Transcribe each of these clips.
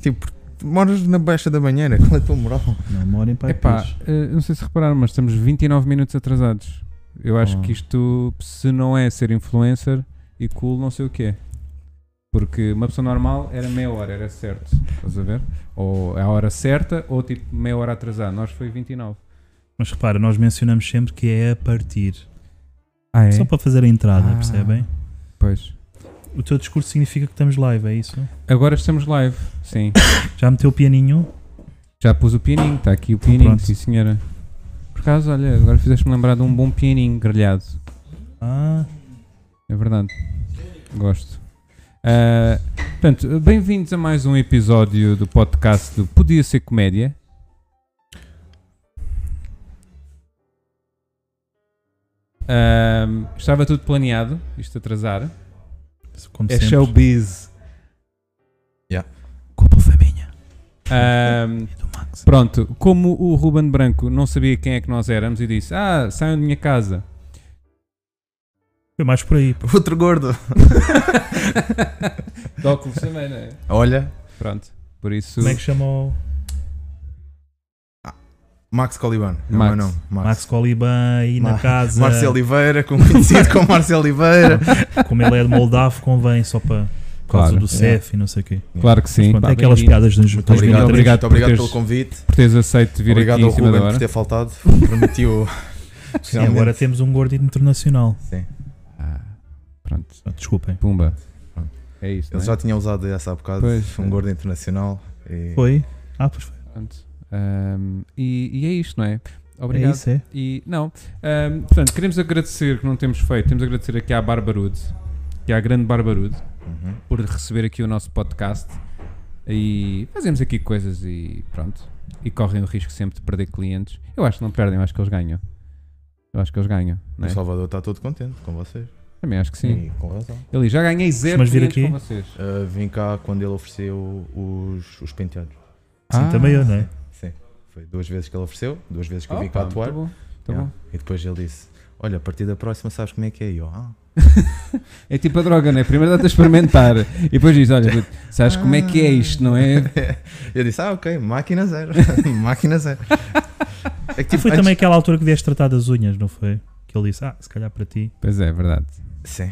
Tipo, moras na Baixa da Banheira, qual é a tua moral? Não moro em Pai Epá, Pires. eh, não sei se repararam, mas estamos 29 minutos atrasados. Eu acho Oh. Ah. que isto, se não é ser influencer e cool, não sei o que é. Porque uma pessoa normal era meia hora, era certo. Estás a ver? Ou a hora certa, ou tipo meia hora atrasada. Nós foi 29. Mas repara, nós mencionamos sempre que é a partir. Ah, é? Só para fazer a entrada, Ah. percebem? Pois. O teu discurso significa que estamos live, é isso? Agora estamos live, sim. Já meteu o pianinho? Já pus o pianinho, está aqui o Tá pianinho, Pronto. sim senhora. Por acaso, olha, agora fizeste-me lembrar de um bom pianinho grelhado. Ah, É verdade. Gosto. Ah, portanto, bem-vindos a mais um episódio do podcast do Podia Ser Comédia. Ah, estava tudo planeado, isto atrasar. como É sempre. showbiz. Culpa foi minha. Ah, Do Max. Pronto, como o Ruben Branco não sabia quem é que nós éramos e disse: Ah, saiam da minha casa. Foi mais por aí. pô. Outro gordo. De óculos também, não é? Olha, Pronto, por isso. Como é que chama o Max Colibano. É o Max. meu nome. Max Coliban aí na Mar- casa? Márcio Oliveira, como conhecido como Márcio Oliveira. Como ele é de Moldavo, convém só para. Por causa Claro. É. do CEF e não sei o quê. Claro que sim. Pronto, Pá, é aquelas bem-vindo piadas dos Muito obrigado. muito obrigado muito obrigado por pelo teres- convite. por teres aceito vir Obrigado aqui ao em cima da Ruben por hora. ter faltado. Prometeu. Sim, agora temos um gordo internacional. Ah, pronto, Ah, Desculpem. pumba. Pronto. É isso. Ele não é? já tinha usado essa há bocado. Pois, um é. gordo internacional. E... Foi? Ah, pois foi. Pronto. Ahm, e, e é isto, não é? Obrigado. É isso, é. E não, ahm, portanto, queremos agradecer que não temos feito, temos a agradecer aqui à Barbarude, que é a grande Barbarude, Uhum. por receber aqui o nosso podcast e fazemos aqui coisas e pronto. E correm o risco sempre de perder clientes. Eu acho que não perdem, eu acho que eles ganham. Eu acho que eles ganham, não O é? Salvador está todo contente com vocês. Também acho que sim. E com razão. Ele já ganhei zero Costumas vir clientes aqui? com vocês. Ah, vim cá quando ele ofereceu os, os penteados. Sim, Ah. também eu, não é? Sim. Foi duas vezes que ele ofereceu, duas vezes que eu Ah, vim pá, cá atuar. Tá bom. Tá Yeah. bom. E depois ele disse: Olha, a partir da próxima sabes como é que é? E eu, ah, É tipo a droga, não é? Primeiro dá-te a experimentar e depois diz: Olha, puto, sabes como é que é isto, não é? Eu disse, ah, ok, máquina zero. máquina zero. É que Ah, foi antes- também aquela altura que vieste tratar das unhas, não foi? Que ele disse, ah, se calhar para ti. Pois é, é verdade. Sim.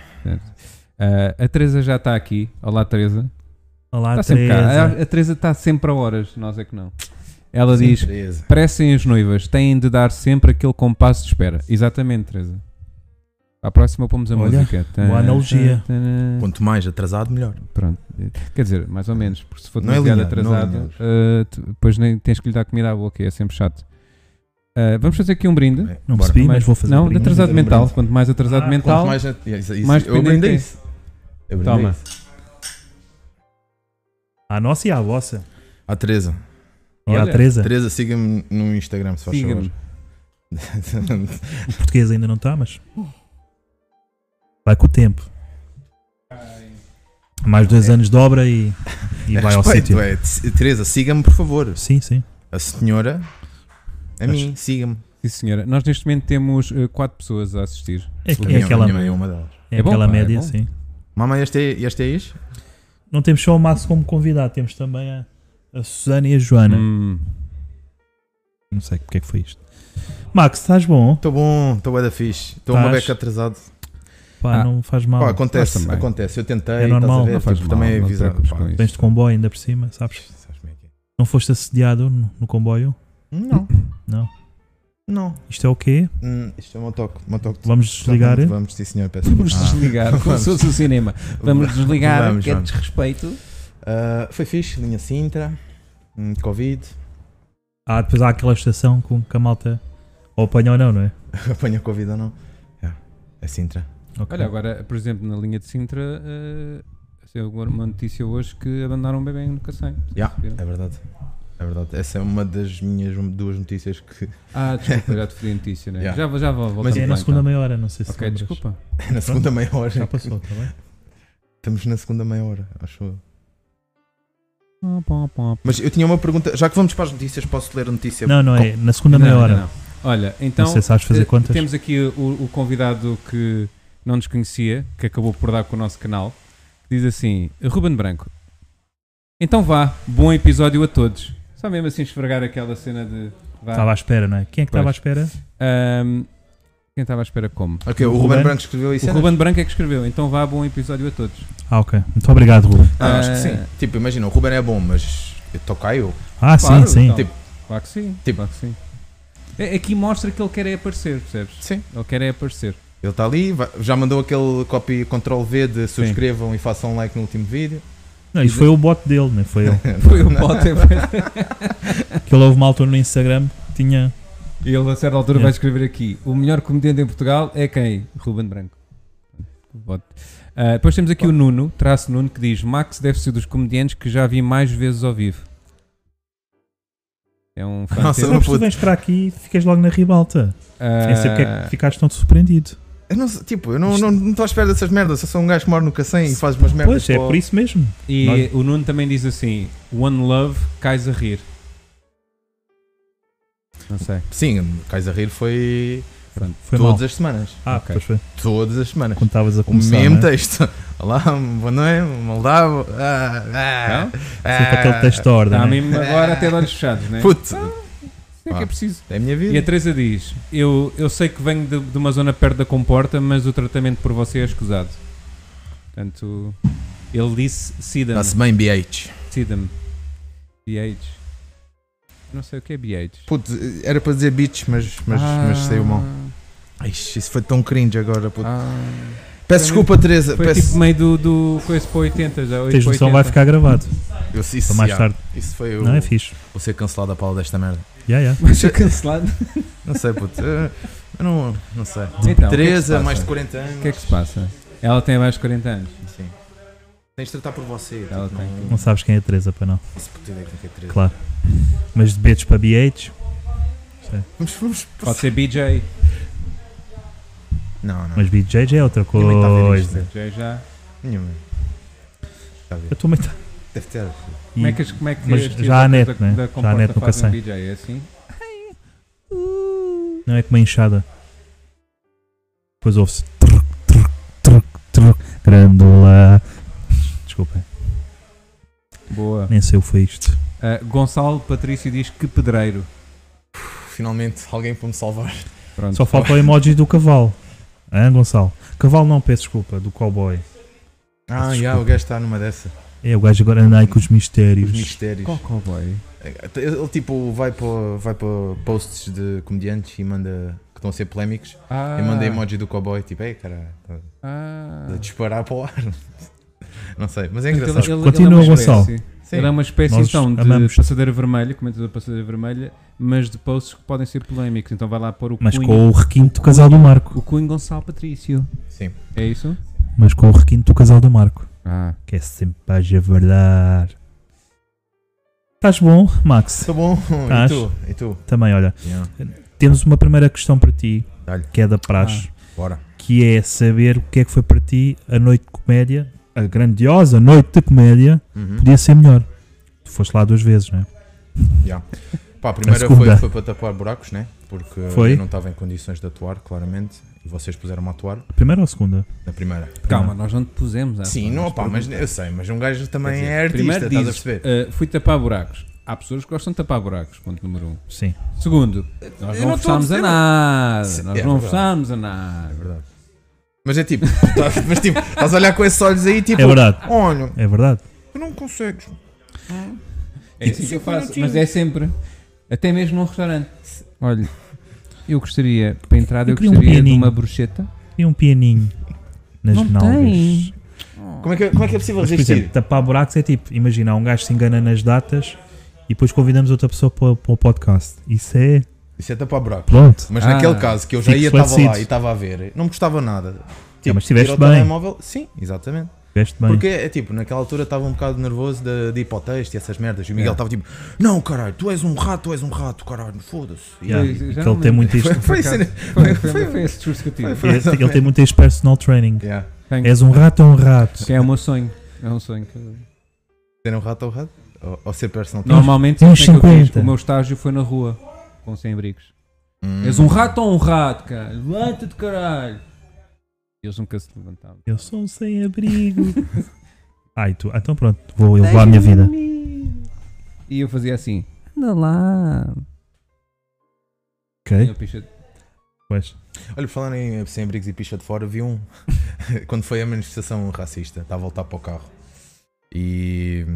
Ah, a Teresa já está aqui. Olá, Teresa. Olá, Está sempre cá. É, Teresa. A- A Teresa está sempre a horas, nós é que não. Ela Sim, diz: Teresa. parecem as noivas, têm de dar sempre aquele compasso de espera. Exatamente, Teresa. À próxima pomos a Olha, música. boa analogia. Tã, tã. Quanto mais atrasado, melhor. Pronto. Quer dizer, mais ou menos, porque se for Não é demasiado linear, não é atrasado, ah, tu- depois nem tens que lhe dar comida à boca, é sempre chato. Ah, vamos fazer aqui um brinde. Bem, Não bora. percebi, Mais- mas vou fazer. Não, um de brinde. atrasado Vamos fazer um mental. brinde. Quanto mais atrasado Ah, mental, Quanto mais, isso, isso, mais eu brindei dependente isso. Eu brindei Toma. isso. À nossa e à vossa. À Ah, Teresa. E à Olha, Teresa. Teresa, siga-me no Instagram, se faz Siga-me. favor. O português ainda não está, mas. Vai com o tempo. Mais É. dois anos de obra e, e É vai ao respeito, sítio. é. T- Teresa, siga-me, por favor. Sim, sim. A senhora, a Mas- mim, siga-me. Sim, senhora. Nós neste momento temos 4 pessoas a assistir. É, A é minha- aquela, a minha mãe é uma delas. é É bom, aquela pá, é média, bom. sim. Mamãe, este é, este é isto? Não temos só o Max como convidado, temos também a, a Susana e a Joana. Hum, Não sei porque é que foi isto. Max, estás bom? Estou bom, estou bué da fixe. Estou uma Tás. beca atrasado. Pá, Ah. não faz mal. Pá, Pá, acontece, Nós também. acontece. Eu tentei, É normal, estás a ver? não faz Tipo, mal, também não te avisado. preocupes pá. com isso. Tens de comboio ainda por cima, sabes? Sabes como é que é? Não foste assediado no, no comboio? Não, Não. não. Isto é o quê? Hum, isto é um toque. Um toque Vamos desligar? é? Vamos, sim, senhor. Peço Vamos desculpa. desligar, como se fosse o cinema. Vamos desligar, Ah. Vamos, que é vamos. desrespeito. Ah, foi fixe, linha Sintra, hum, Covid, Ah, depois há aquela estação com que a malta ou apanha ou não, não é? apanha Covid ou não. É, é Sintra. Ok. Olha, agora, por exemplo, na linha de Sintra, eh, saiu agora uma notícia hoje que abandonaram um bebê no Cacém. Yeah, é verdade. É verdade. Essa é uma das minhas duas notícias que. é Ah, desculpa, já te fodi a notícia, né? Yeah. Já vou, já vou, voltamos Mas é lá, na segunda então. meia hora, não sei se Ok, lembras. desculpa. na segunda meia hora. Já passou, está bem? Estamos na segunda meia hora, acho eu. Ah, pá, pá, pá. Mas eu tinha uma pergunta. Já que vamos para as notícias, posso ler a notícia? Não, não é. Na segunda meia Não, hora. não, Não, não. Olha, então. sei se sabes fazer eh, contas. Temos aqui o, o convidado que não nos conhecia, que acabou por dar com o nosso canal. Diz assim: Ruben Branco, Então vá, bom episódio a todos. Só mesmo assim esfregar aquela cena de. Vá. Estava à espera, não é? Quem é que Pois. estava à espera? Ahm, quem estava à espera como? Ok, O o Ruben Ruben- Branco escreveu isso. O é? Ruben Branco é que escreveu, então vá, bom episódio a todos. Ah, ok. Tá Muito obrigado, Ruben. Ah, acho que sim. Ah. Tipo, imagina, o Ruben é bom, mas eu tocaio. Ah, Claro, sim, sim. então. Tipo- claro que sim. Tipo- claro que sim. É- Aqui mostra que ele quer é aparecer, percebes? Sim. Ele quer é aparecer. Ele está ali, vai- já mandou aquele copy Ctrl V de subscrevam e façam um like no último vídeo. Não, isso foi o bot dele, não é? foi ele. Foi o bot. é- que ele houve uma altura no Instagram que tinha. e ele a certa altura Yeah. vai escrever aqui: o melhor comediante em Portugal é quem? Ruben Branco. O bot. Ah, depois temos aqui o Nuno, traço Nuno, que diz: Max deve ser dos comediantes que já vi mais vezes ao vivo. É um fã Nossa, teu. não Mas tu pude. vens para aqui e ficas logo na ribalta. Ah, Nem sei porque é que ficaste tão surpreendido. Eu não sei, tipo, eu não estou não, estou à espera dessas merdas. Eu sou um gajo que mora no Cacém e faz umas merdas. Pois, é para o- por isso mesmo. E Nós- o Nuno também diz assim: One Love, cais a rir. Não sei. Sim, Cais a Rir foi Pronto. Foi todas mal. as semanas. Ah, Ok. pois foi. Todas as semanas. Quando estavas a O começar. mesmo né? texto. Olá, boa noite, Moldavo. Ah, ah, Não? ah, É, Sempre aquele texto de ordem. Está né? mesmo agora até de olhos fechados, né? Puto, Isso é que é preciso. é a minha vida. E a Teresa diz: Eu, eu sei que venho de, de uma zona perto da comporta, mas o tratamento por você é escusado. Portanto, ele disse: Sida-me. Está-se bem, BH. Sida-me. BH. Não sei o que é BH. Puto, era para dizer bitch, mas, mas, mas Ah. saiu mal. Ai, isso foi tão cringe agora, puto. Ah. Peço desculpa, Teresa. Foi Peço... tipo meio do, do coisa para 80 já. 8 Tens para noção, 80. vai ficar gravado. Eu, isso, Para mais já. tarde. isso foi o. Não é fixe. Vou ser cancelado a pala desta merda. Yeah, yeah. Vai ser cancelado. Não sei, puto. Eu eu não, não sei. Então, o que é que se Teresa, passa? mais de 40 anos. O que é que se passa? Ela tem mais de 40 anos. Sim. Tens de tratar por você. Ela tipo, tem não- Não sabes quem é a Teresa, para não. Esse puto é que é Teresa. Claro. Mas de Betos para BH. Vamos, vamos. Pode ser BJ. Não, não. Mas BJ já é outra Ninguém tá a ver coisa. isto. BJ já. Nenhuma. Está a ver. Eu também tá- Deve ter. Como é que, as- como é que Mas as tias já há da- net, da- né? da Já há comporta net no fazem Cacém. BJ, é assim? Não é como uma enxada. Depois ouve-se. Grandula. Desculpem, Boa. nem sei o que foi isto. Ah, Gonçalo Patrício diz que pedreiro. Finalmente alguém para me salvar. Pronto. Só falta o emoji do cavalo. Hã, Gonçalo? Cavalo não, peço desculpa, do cowboy. Ah, Desculpa. já, o gajo está numa dessa. É, o gajo agora anda aí com os mistérios. Os mistérios. Coco Boy. Ele tipo vai para, vai para posts de comediantes e manda que estão a ser polémicos Ah, e manda emoji do cowboy, tipo, ei cara, tá Ah. a disparar para o ar. Não sei, mas é Ele- engraçado. ele- ele Continua, é uma Gonçalo. espécie. Sim. Ele é uma espécie Nós então de amamos. passadeira vermelha, comentador de passadeira vermelha, mas de posts que podem ser polémicos. Então vai lá pôr o Mas cunho. com o requinte do casal do Marco. O cunho Gonçalo Patrício. Sim. É isso? Mas com o requinte do casal do Marco. Ah. Que é sempre para javardar. Estás bom, Max? Tá bom. Tás? E tu? E tu? Também, olha. Yeah. Temos uma primeira questão para ti, Dá-lhe. que é da praxe. Bora. que é saber o que é que foi para ti a noite de comédia, a grandiosa noite de comédia, Uhum. podia ser melhor. Tu foste lá duas vezes, não é? Yeah. Pá, a primeira segunda. foi, foi para tapar buracos, né? Porque Foi. eu não estava em condições de atuar, claramente. E vocês puseram-me a atuar A primeira ou a segunda? na primeira. Calma, nós não te pusemos. ah, Sim, não, nós pá, mas perguntamos. eu sei, mas um gajo Quer também dizer, é artista, primeiro estás a dizes, perceber? ah, fui tapar buracos. Há pessoas que gostam de tapar buracos, ponto número um. Sim. Segundo, nós eu não não estou a forçámos a dizer- nada. Sim, Nós é não verdade. forçámos a É nada. verdade. Mas é tipo, tá- mas tipo, estás a olhar com esses olhos aí, tipo, É verdade, olha, é verdade. tu não consegues. É assim que eu faço, mas é sempre. Até mesmo num restaurante. Olha, eu gostaria, para entrar, Eu eu queria um gostaria de uma pianinho. brocheta. E um pianinho nas Não nalgas. tem. Como é que, como é, que é possível Mas, por exemplo, resistir? tapar buracos é tipo, imagina, há um gajo que se engana nas datas e depois convidamos outra pessoa para, para o podcast. Isso é. Isso é tapar buraco. Pronto. Mas Ah. naquele caso que eu já Fico ia, estava lá esclarecido. e estava a ver, não me gostava nada. É, mas tirar o estiveste bem. telemóvel- Sim, exatamente. Veste bem. Porque é tipo, naquela altura estava um bocado nervoso de, de hipoteste e essas merdas. E o Miguel É. estava tipo, não, caralho, tu és um rato, tu és um rato, caralho, foda-se. E- Yeah, Eu- eu já que não ele tem me- muito isto. Foi Por acaso, foi- foi- foi- foi esse discurso que eu tive. foi- é assim, Ele, ele tem muito este personal training. Yeah. Tenho- És um rato ou um rato? Que é o meu sonho. É um sonho. que- Ser um rato ou rato? Ou, ou ser personal trainer? Normalmente, Tem uns sabes como é que eu fiz? 50. o meu estágio foi na rua, com sem-abrigos. Hum. És um rato ou um rato, cara? Levanta de caralho! Eles nunca se levantavam. Eu sou um sem-abrigo. Ah, e tu? Ah, Então pronto, vou elevar a minha vida. E eu fazia assim. Anda lá. Ok? Eu picha- Pois. Olha, falando em sem abrigos e picha de fora, vi um quando foi a manifestação racista, estava a voltar para o carro e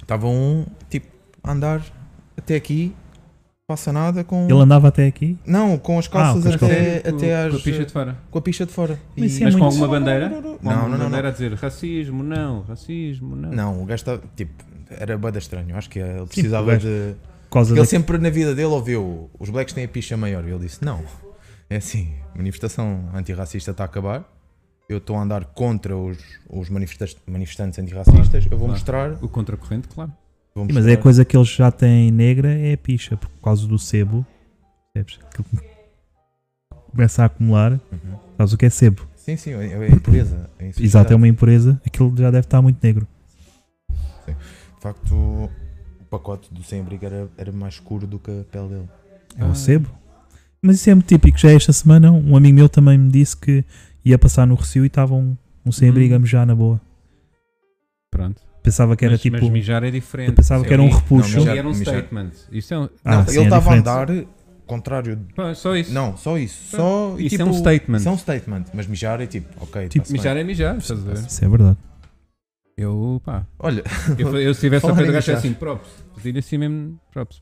estava um tipo a andar até aqui, passa nada com Ele andava até aqui? não, com as Ah, calças com as até, Com- até com às eh, a picha de fora. com a picha de fora. Mas isso é Mas com muito- alguma bandeira? Com Não, alguma não, não, bandeira não. a dizer racismo, não, racismo, não. Não, o gajo estava tipo, era bada estranho, acho que ele precisava gajo- de Por causa Ele da... sempre na vida dele ouviu os blacks têm a picha maior. E ele disse: Não, é assim, a manifestação antirracista está a acabar. Eu estou a andar contra os, os manifestas- manifestantes antirracistas. Eu vou claro. mostrar. O contracorrente, claro. vou Sim, mas é a mostrar." coisa que eles já têm negra é a picha, por causa do sebo. Percebes? Que começa a acumular. Uhum. Sabes o que é sebo? Sim, sim, é é impureza. É insuficiente. Exato, é uma impureza. Aquilo já deve estar muito negro. De facto, o pacote do sem-abrigo era, era mais escuro do que a pele dele. É o Ah. sebo. Mas isso é muito típico. Já esta semana, um amigo meu também me disse que ia passar no Recio e estava um, um sem-abrigo a Hum. mijar na boa. Pronto. Pensava que era mas, tipo. mas mijar é diferente. eu pensava Isso que é era um horrível. repuxo. Não, Ali era um Mijar. statement. Isso é um... Ah, não, sim, ele é estava a diferente. andar contrário. Pá, Só isso. Não, só isso. Só, e Isso é tipo, um statement. Isso é um statement. Mas mijar é tipo, ok. Tipo, tá-se bem. Mijar é mijar, estás a ver? Isso é verdade. Eu, pá. Olha, Eu, eu se tivesse a Falar em pedra gajo mijar. assim, props. Pedi-lhe assim mesmo, props.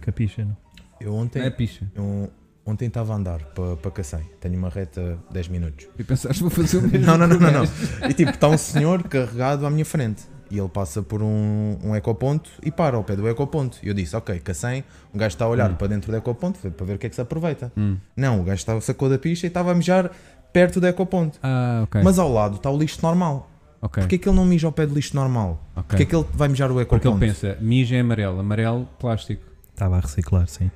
Capicha, Um não? eu Não ontem. é picha. Eu ontem estava a andar para pa Cacém, tenho uma reta 10 minutos. E pensaste, vou fazer o mesmo. Não, não, não, não, não. E tipo, está um senhor carregado à minha frente. E ele passa por um, um ecoponto e para ao pé do ecoponto. E eu disse, ok, Cacém, o gajo está a Hum. olhar para dentro do ecoponto foi para ver o que é que se aproveita. Hum. Não, o gajo estava, sacou da picha e estava a mijar perto do ecoponto. Ah, ok. É. Mas ao lado está o lixo normal. ok. Porquê é que ele não mija ao pé do lixo normal? ok. Porquê é que ele vai mijar o Porque ecoponto? ele pensa, mija é amarelo, amarelo, plástico. Estava a reciclar, sim.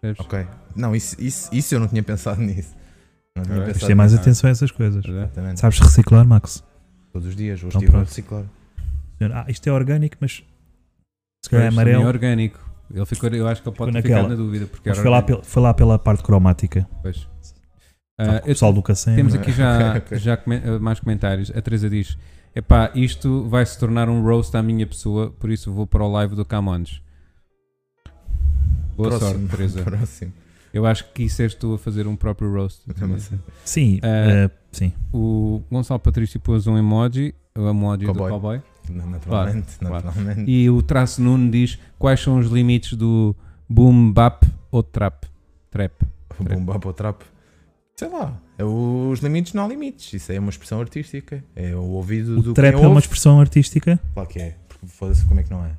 Percebes? Ok. Não, isso, isso, isso eu não tinha pensado nisso. Não tinha Ok. pensado Mas tem é mais nisso. atenção a essas coisas. Estás a ver? Exatamente. Sabes reciclar, Max? Todos os dias, hoje Então estive a pronto. reciclar. Ah, isto é orgânico, mas se calhar é amarelo. Também é orgânico. Ele ficou, eu acho que ele pode Ficou ficar naquela. na dúvida. Porque Mas era foi lá, orgânico. pel- foi lá pela parte cromática. Pois. Sabe Ah, que o eu- pessoal do Cassem. temos não é? aqui já, Ok. já come- ah, mais comentários. A Teresa diz: Epá, isto vai se tornar um roast à minha pessoa, por isso vou para o live do Camões. Boa sorte, Teresa. Próximo. Eu acho que isso és tu a fazer um próprio roast. Não sei. é? Sim, Ah. eh, sim. O Gonçalo Patrício pôs um emoji, o emoji Cowboy. do cowboy. Não, Naturalmente, Claro, naturalmente. E o traço Nuno diz quais são os limites do boom bap ou trap. Trap. Bomba para o trap. Sei lá, é os limites não há limites. Isso é uma expressão artística. É o ouvido do O trap quem é uma ouve. expressão artística. Claro que é. Porque foda-se como é que não é.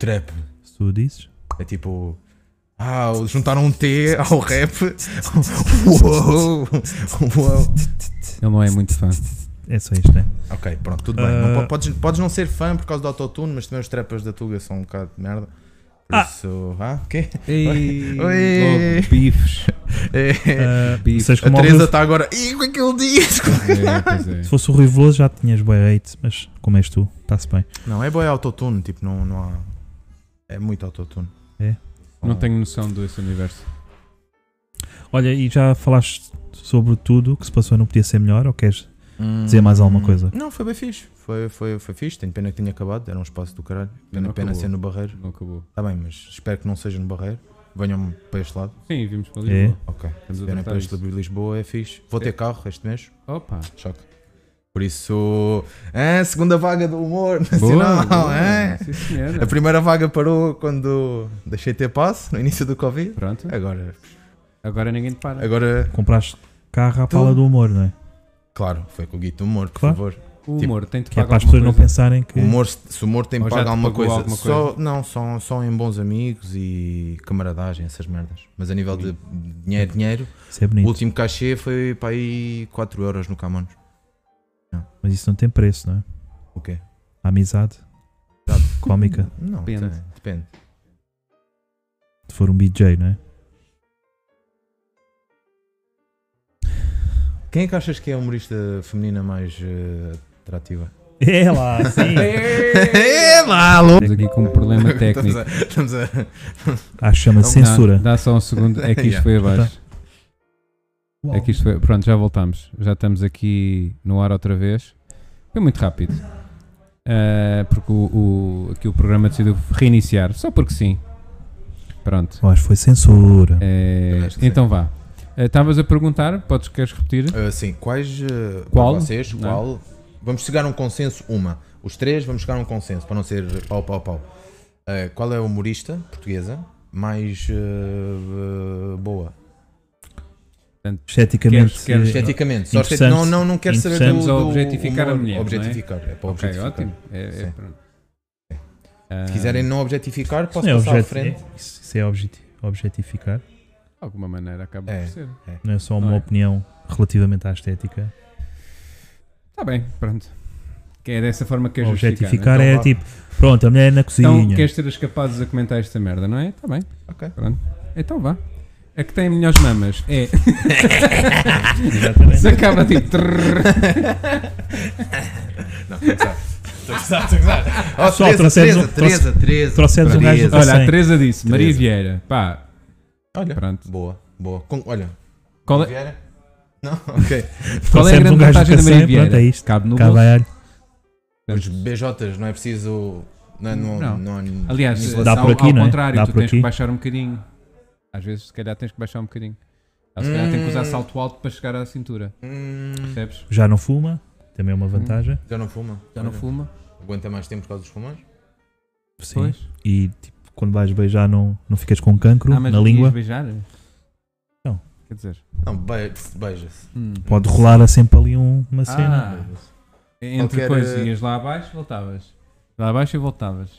Trap. Se tu dizes. É tipo. Ah, juntaram um T ao rap. Uou! Uou! Ele não é muito fã. É só isto, né? Ok, pronto, tudo bem. Não Ah. po- podes, podes não ser fã por causa do autotune, mas também os trappers da Tuga são um bocado de merda. Por Ah. isso. Ah, o quê? Ei, Oi. logo bifes. É. Ah, Bife. vocês A como o Teresa Rui- está agora. Ih, o que é que ele diz? É, pois é. Se fosse o Rui Veloso já tinhas boa hate, mas como és tu, está-se bem. Não, é boa autotune, tipo, não, não há. É muito autotune. É? Não tenho noção desse universo. Olha, e já falaste sobre tudo que se passou não podia ser melhor, ou queres? Hum, dizer mais alguma coisa. Não, foi bem fixe. Foi, foi, foi fixe. Tenho pena que tinha acabado. Era um espaço do caralho. Não Pena, pena acabou. ser no Barreiro. Não acabou. Está bem, mas espero que não seja no Barreiro. Venham para este lado. Sim, vimos para É. Lisboa. Ok. Estamos a Vierem tratar para este disso. Libro de Lisboa, é fixe. Vou tá É. ter carro este mês. Opa. Choque. Por isso. É, segunda vaga do humor Boa, nacional. boa. é. Sim, senhora. A primeira vaga parou quando deixei ter passo, no início do Covid. Pronto. Agora, Agora ninguém te para. agora Compraste carro à Tu- pala do humor, não é? claro, foi com o Guito Humor, por Claro. favor. O humor tem de Que é pagar para as pessoas alguma não coisa. pensarem que. O humor, se o humor tem é. Ou já pago te alguma pagou coisa, alguma Só, não, só, só em bons amigos e camaradagem, essas merdas. Mas a nível de dinheiro, dinheiro, Isso é o bonito, último cachê foi para aí 4 euros no Camões. mas isso não tem preço, não é? O quê? A amizade cómica, Não, Depende. tem- depende. se for um BJ, não é? Quem é que achas que é a humorista feminina mais eh, atrativa? É lá, sim. é maluco! Estamos aqui com um problema Estamos técnico. a, estamos a- Ah, chama Não, censura. Então, Dá, dá só um segundo. É que isto Yeah. foi abaixo. É que isto foi... Pronto, já voltamos. Já estamos aqui no ar outra vez. Foi muito rápido. Ah, porque o, o- aqui o programa decidiu reiniciar, só porque sim. Pronto. Eu acho que foi censura. É, Eu acho que então vá. Ah, Estavas a perguntar, podes queres repetir? Ah, sim, quais eh, Qual? para vocês? Não. é? Qual? Vamos chegar a um consenso, uma. Os três vamos chegar a um consenso, para não ser pau, pau, pau. Ah, qual é a humorista portuguesa mais eh, boa? Esteticamente. Queres- queres- eh, Esteticamente. Só este- Interessante. não, não, não quero saber do, Interessante. do Estamos a objetificar humor. a mulher, não é? Objetificar, é para Ok, objetificar. ótimo. É- é Sim. pronto. Sim. Ah, Se quiserem não objetificar, isso posso não é passar à objet- frente. é- isso isso é objeti- objetificar. De alguma maneira acaba É. por ser. Não é só Não uma é? opinião relativamente à estética. Está Tá bem, pronto. Que é dessa forma que queres objetificar justificar, é então vá. tipo, pronto, a mulher é na cozinha. Então queres ter as capazes a comentar esta merda, não é? Está bem. Ok. Pronto. Então vá. A que tem melhores mamas é. Exatamente. Se acaba tipo. trrr. Não, estou a gozar. Estou a gozar, estou a gozar. é Ó, Pessoal, Teresa, trouxemos Teresa, um- Teresa, Teresa. Trouxemos um gajo Teresa. da Olha, a 100. Teresa disse, Maria Teresa. Vieira. Pá, Olha, pronto. boa, boa. Com- olha, Qual é, Vieira? Não, ok. qual é a Trouxemos grande um gajo vantagem do da Maria Cacém, Vieira? pronto, é isto. Cabe no Cá bolso. vai, olha. Os BJs, não é preciso. Não, é- não, Não. não. há n- Aliás, isolação. Dá por ao- aqui, ao não é? contrário, Dá tu por tens que aqui. baixar um bocadinho. Às vezes, se calhar, tens que baixar um bocadinho. Ela, se calhar, tem que usar Hum. salto alto para chegar à cintura. Hum, Percebes? Já não fuma, também é Hum. uma vantagem. já não fuma? Já não Olha, fuma. Aguenta mais tempo por causa dos fumões? Sim. Pois. E tipo, quando vais beijar não, não ficas com cancro Ah, mas na não língua. Então. podias beijar? Não. Quer dizer. Não, be- beija-se. hum. Pode rolar sempre ali um- uma cena. Ah, Beija-se. entre Qualquer, coisas, eh, ias lá abaixo voltavas. Lá abaixo e voltavas.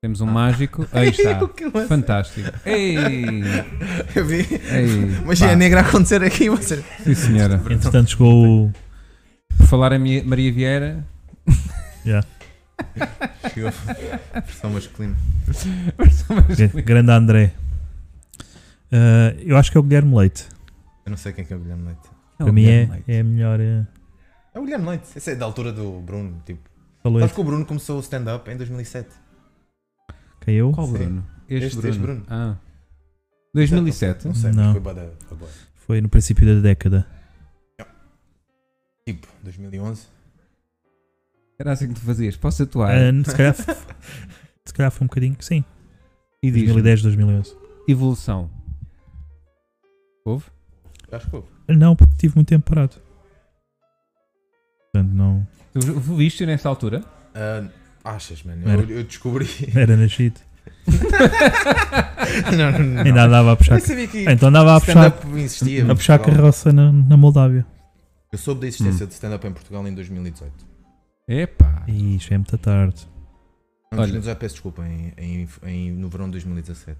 Temos Ah. um mágico. Aí está. O que você- Fantástico. Ei! Eu vi. Ei! Mas pá. é negra a acontecer aqui, você. Sim, senhora. Entretanto chegou o... Por falar a Mi- Maria Vieira. Yeah. Chegou. Pressão masculina. grande André. Ah, eu acho que é o Guilherme Leite. Eu não sei quem é que é o Guilherme Leite. Para mim é, é a melhor. eh, É o Guilherme Leite. Esse é da altura do Bruno. Tipo. Falou Sabes este que o Bruno começou o stand-up em 2007. caiu. Qual Sim. Bruno? Este, Este- Bruno. este Bruno. Ah. 2007. Não sei, mas Não. foi bada. foi bué. Foi no princípio da década. Tipo, 2011. Era assim que tu fazias. Posso atuar? Ah, se, calhar, se calhar foi um bocadinho. Sim, e diz 2010, 2011. evolução. Houve? Acho que houve. Não, porque tive muito tempo parado. Portanto, não. Tu viste nessa altura? Ah, achas, mano? Era. Eu, eu descobri. não Era nascido. não, não, não. Ainda andava a puxar. Eu sabia que Então andava a puxar, stand-up existia. a em puxar Hum. Portugal. carroça na, na Moldávia. Eu soube da existência de stand-up em Portugal em 2018. Epá. Ih, já é muito tarde. Antes Olha. de já peço desculpa, em, em- em- no verão de 2017.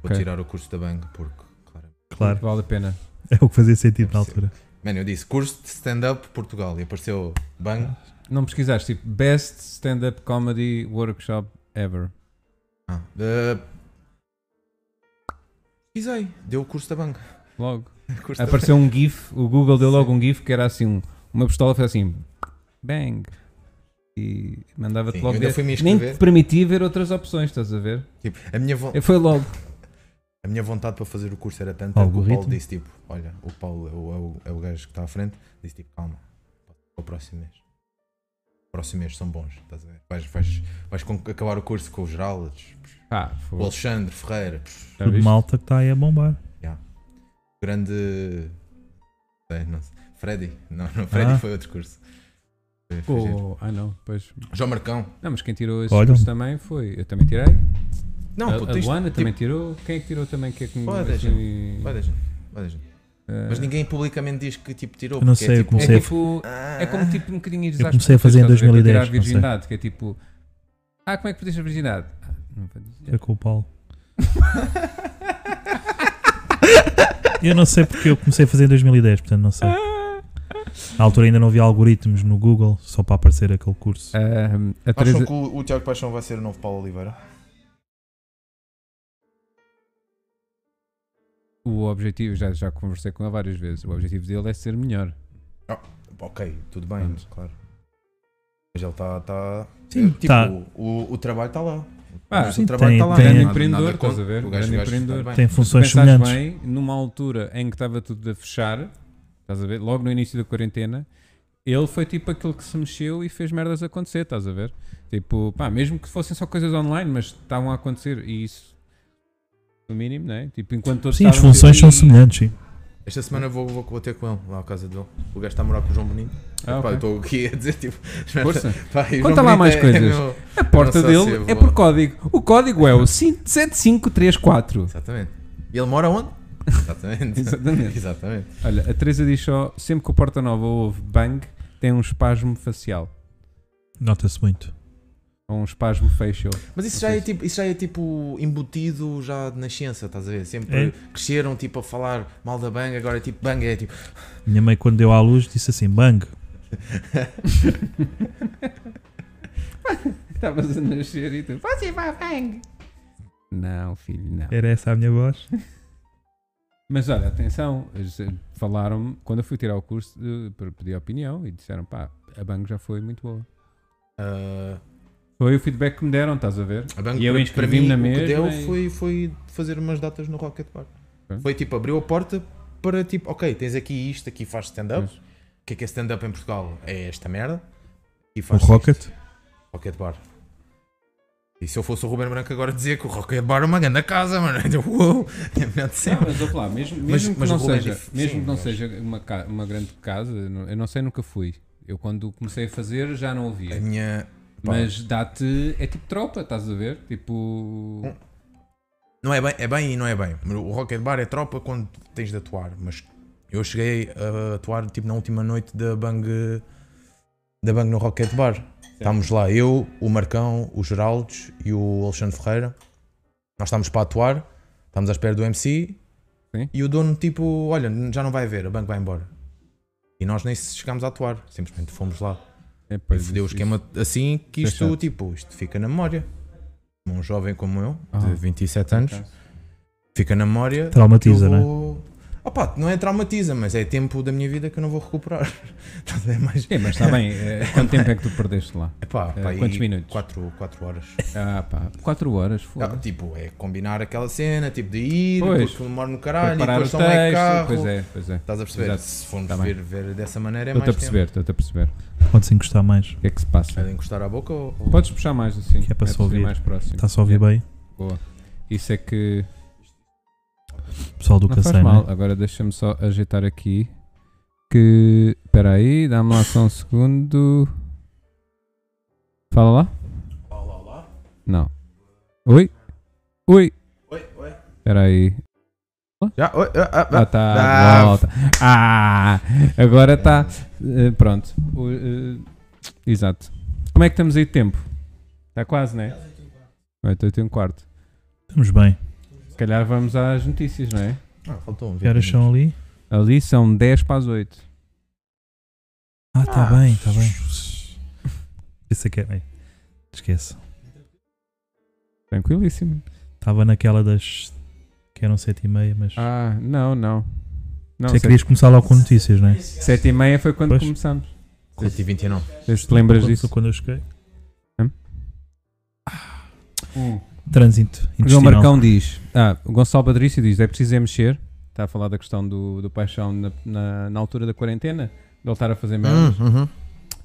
Vou Ok. tirar o curso da Bang porque, claro. Claro. Vale a pena. É o que fazia sentido na altura. Mano, eu disse curso de stand-up Portugal e apareceu Bang. Não pesquisaste tipo Best Stand-Up Comedy Workshop Ever. Ah, eh, Pesquisei, deu o curso da Bang. Logo. Curso da Apareceu um GIF, o Google deu logo um GIF que era assim: um- uma pistola fez assim, bang. E mandava-te Sim, logo eu ainda ver. fui me Nem inscrever. te permitia ver outras opções, estás a ver? Bang. Tipo, a, minha vo- E Foi logo. a minha vontade para fazer o curso era tanta que o Paulo Algoritmo. disse tipo: Olha, o Paulo é o, é o- é o gajo que está à frente. Disse tipo: Calma, para o próximo mês. Próximo mês são bons, estás a ver? Vais, vais, vais con- acabar o curso com os Geraldes, Ah, o foi. Alexandre Ferreira, pff, Já Tudo viste? malta que está aí a bombar. grande. Sei, não sei. Freddy? Não, não, Freddy Ah. foi outro curso. Foi- foi giro. Oh, ah, não, pois. João Marcão. Não, mas quem tirou esse Olha. curso também foi. Eu também tirei. Não, a, puto, a isto- Luana tipo, também tirou. Quem é que tirou também? Que é que me- Vai, deixa. assim, vai deixar, vai deixar. eh, Mas ninguém publicamente diz que tipo tirou. Ah. Eu não porque sei, eu tipo- É comecei- tipo. Ah. É como tipo um bocadinho Eu comecei a fazer em 2010, Tirar a não sei. virgindade, que é tipo. Ah, como é que perdeste a virgindade? Ah, não vou dizer. Foi é com o Paulo. Eu não sei porque eu comecei a fazer em 2010, portanto não Ah. sei. Na altura ainda não havia algoritmos no Google só para aparecer aquele É. curso. Ahm, a Acham Teresa- que o, o Tiago Paixão vai ser o novo Paulo Oliveira? O objetivo, já, já conversei com ele várias vezes, o objetivo dele é ser melhor. Ok, tudo bem, Pronto. claro. Mas ele está. Tá, Sim, eh, tipo, tá. o, o trabalho está lá. Ah, o sim, trabalho tem- está lá. tem- Nada- Grande nada empreendedor, contra. estás a ver? O gajo- Grande o gajo está empreendedor. é. bem. Tem Se funções pensares semelhantes. bem, numa altura em que estava tudo a fechar, estás a ver? Logo no início da quarentena, Ele foi tipo aquele que se mexeu e fez merdas acontecer, estás a ver? Tipo, pá, mesmo que fossem só coisas online, mas estavam a acontecer e isso, no mínimo, né? Tipo, enquanto todos Sim, as estavam, funções tipo, são "Ih, semelhantes, sim. Esta semana vou, vou, vou ter com ele lá à casa dele. O gajo está a morar com o João Bonito. Ah, Pá, eu ok. estou aqui a dizer tipo. Força. Pá, e o Conta João lá Bonito mais é- é coisas. meu- A porta Não sei se dele eu é vou. por código. O código é o 5 7534. Exatamente. E ele mora onde? Exatamente. Exatamente. Exatamente. Olha, a Teresa diz só: sempre que o Porta Nova ouve bang, tem um espasmo facial. Nota-se muito. Ou um espasmo facial. Mas isso Não já, sei é, tipo, isso já é tipo embutido já de nascença, estás a ver? Sempre É. cresceram tipo a falar mal da banga, agora é tipo banga, é tipo. Minha mãe, quando deu à luz, disse assim: bang. Estavas a nascer e tu. Você vai bang! Não, filho, não. Era essa a minha voz. Mas olha, atenção, eles, eh, falaram-me, quando eu fui tirar o curso, eh, para pedir opinião e disseram: pá, a bang já foi muito boa. ah, Foi o feedback que me deram, estás a ver? a banga E eu para- para mim inscrevi-me na o que deu mesma e- foi, foi fazer umas datas no Rocket Park. Ok. Foi tipo, abriu a porta para tipo, ok, tens aqui isto, aqui faz stand-up. O que é que é stand-up em Portugal? É esta merda. E O faz Rocket. Rocket Bar. E se eu fosse o Ruben Branco agora dizia que o Rocket Bar é uma grande casa, mano. Eu, uou, é melhor de Não, sempre. mas vá lá, mesmo, mesmo Mas- que mas não o Ruben seja, dif- mesmo sim, que não mas- seja uma, ca- uma grande casa, eu não- eu não sei, nunca fui. Eu quando comecei a fazer já não A ouvia. minha. pá, Mas dá-te. É tipo tropa, estás a ver? Tipo. Não é bem, é bem e não é bem. O Rocket Bar é tropa quando tens de atuar, mas eu cheguei a atuar tipo na última noite da Bang da Bang no Rocket Bar. Estávamos lá, eu, o Marcão, o Geraldes e o Alexandre Ferreira. Nós estávamos para atuar, estávamos à espera do MC Sim. e o dono tipo, olha, já não vai haver, a Bang vai embora. E nós nem chegámos a atuar, simplesmente fomos lá. É, E pois, fodeu o isso- esquema assim que isto, Exato. tipo, isto fica na memória. Um jovem como eu, de Ah. 27 anos, Ok. fica na memória. Traumatiza, eu não é? vou... Opa, não é traumatiza, mas é tempo da minha vida que eu não vou recuperar. Então, Estás a ver? Mas- Sim, mas está bem. eh, Quanto tempo é que tu perdeste lá? Epá, Eh, pá, aí quantos minutos? Quatro, quatro horas. Ah, pá. 4 horas, Ah, foda tipo, é combinar aquela cena, tipo, de ir, Pois. porque demora no Ah, caralho, e Preparar o depois estão lá em texto. carro. Pois é, pois é. Estás a perceber? Exato. Se formos Tá bem. ver, ver dessa maneira é Estou-te a mais tempo. perceber, estou-te a perceber. Pode-se encostar mais. O que é que se passa? É de encostar à boca ou... ou- Podes puxar mais assim. Que é para se metes ali ouvir. mais próximo. Está-se a ouvir bem? Boa. Isso é que. Pessoal do Não faz Cacém, mal. né? Agora deixa-me só ajeitar aqui. Que. Espera aí, dá-me lá só um segundo. Fala lá? Olá, olá. Não. Oi? Oi? Oi, oi. Espera aí. Já, oi, ah, ah, ah. Ah, tá. Ah, de volta. Ah, agora está. pronto. O, eh, exato. Como é que estamos aí de tempo? Está quase, né? 8 e um quarto. Estamos bem. Se calhar vamos às notícias, não é? Ah, faltou um Que horas são ali? Ali são 10 para as 8. Ah, está bem, está bem. Pensei que era. Esquece. Tranquilíssimo. Estava naquela das. que eram 7 e meia, mas. Ah, não, não. Não, Você querias começar logo com notícias, não é? 7 e meia foi quando Pois. começámos. 7 e 29. Vê se te lembras Quando- disso. Quando eu cheguei. Hum. Trânsito intestinal. João Marcão diz: Ah, o Gonçalo Patrício diz: é preciso é mexer. Está a falar da questão do, do paixão na, na, na altura da quarentena, de ele estar a fazer Hum, merda. uhum.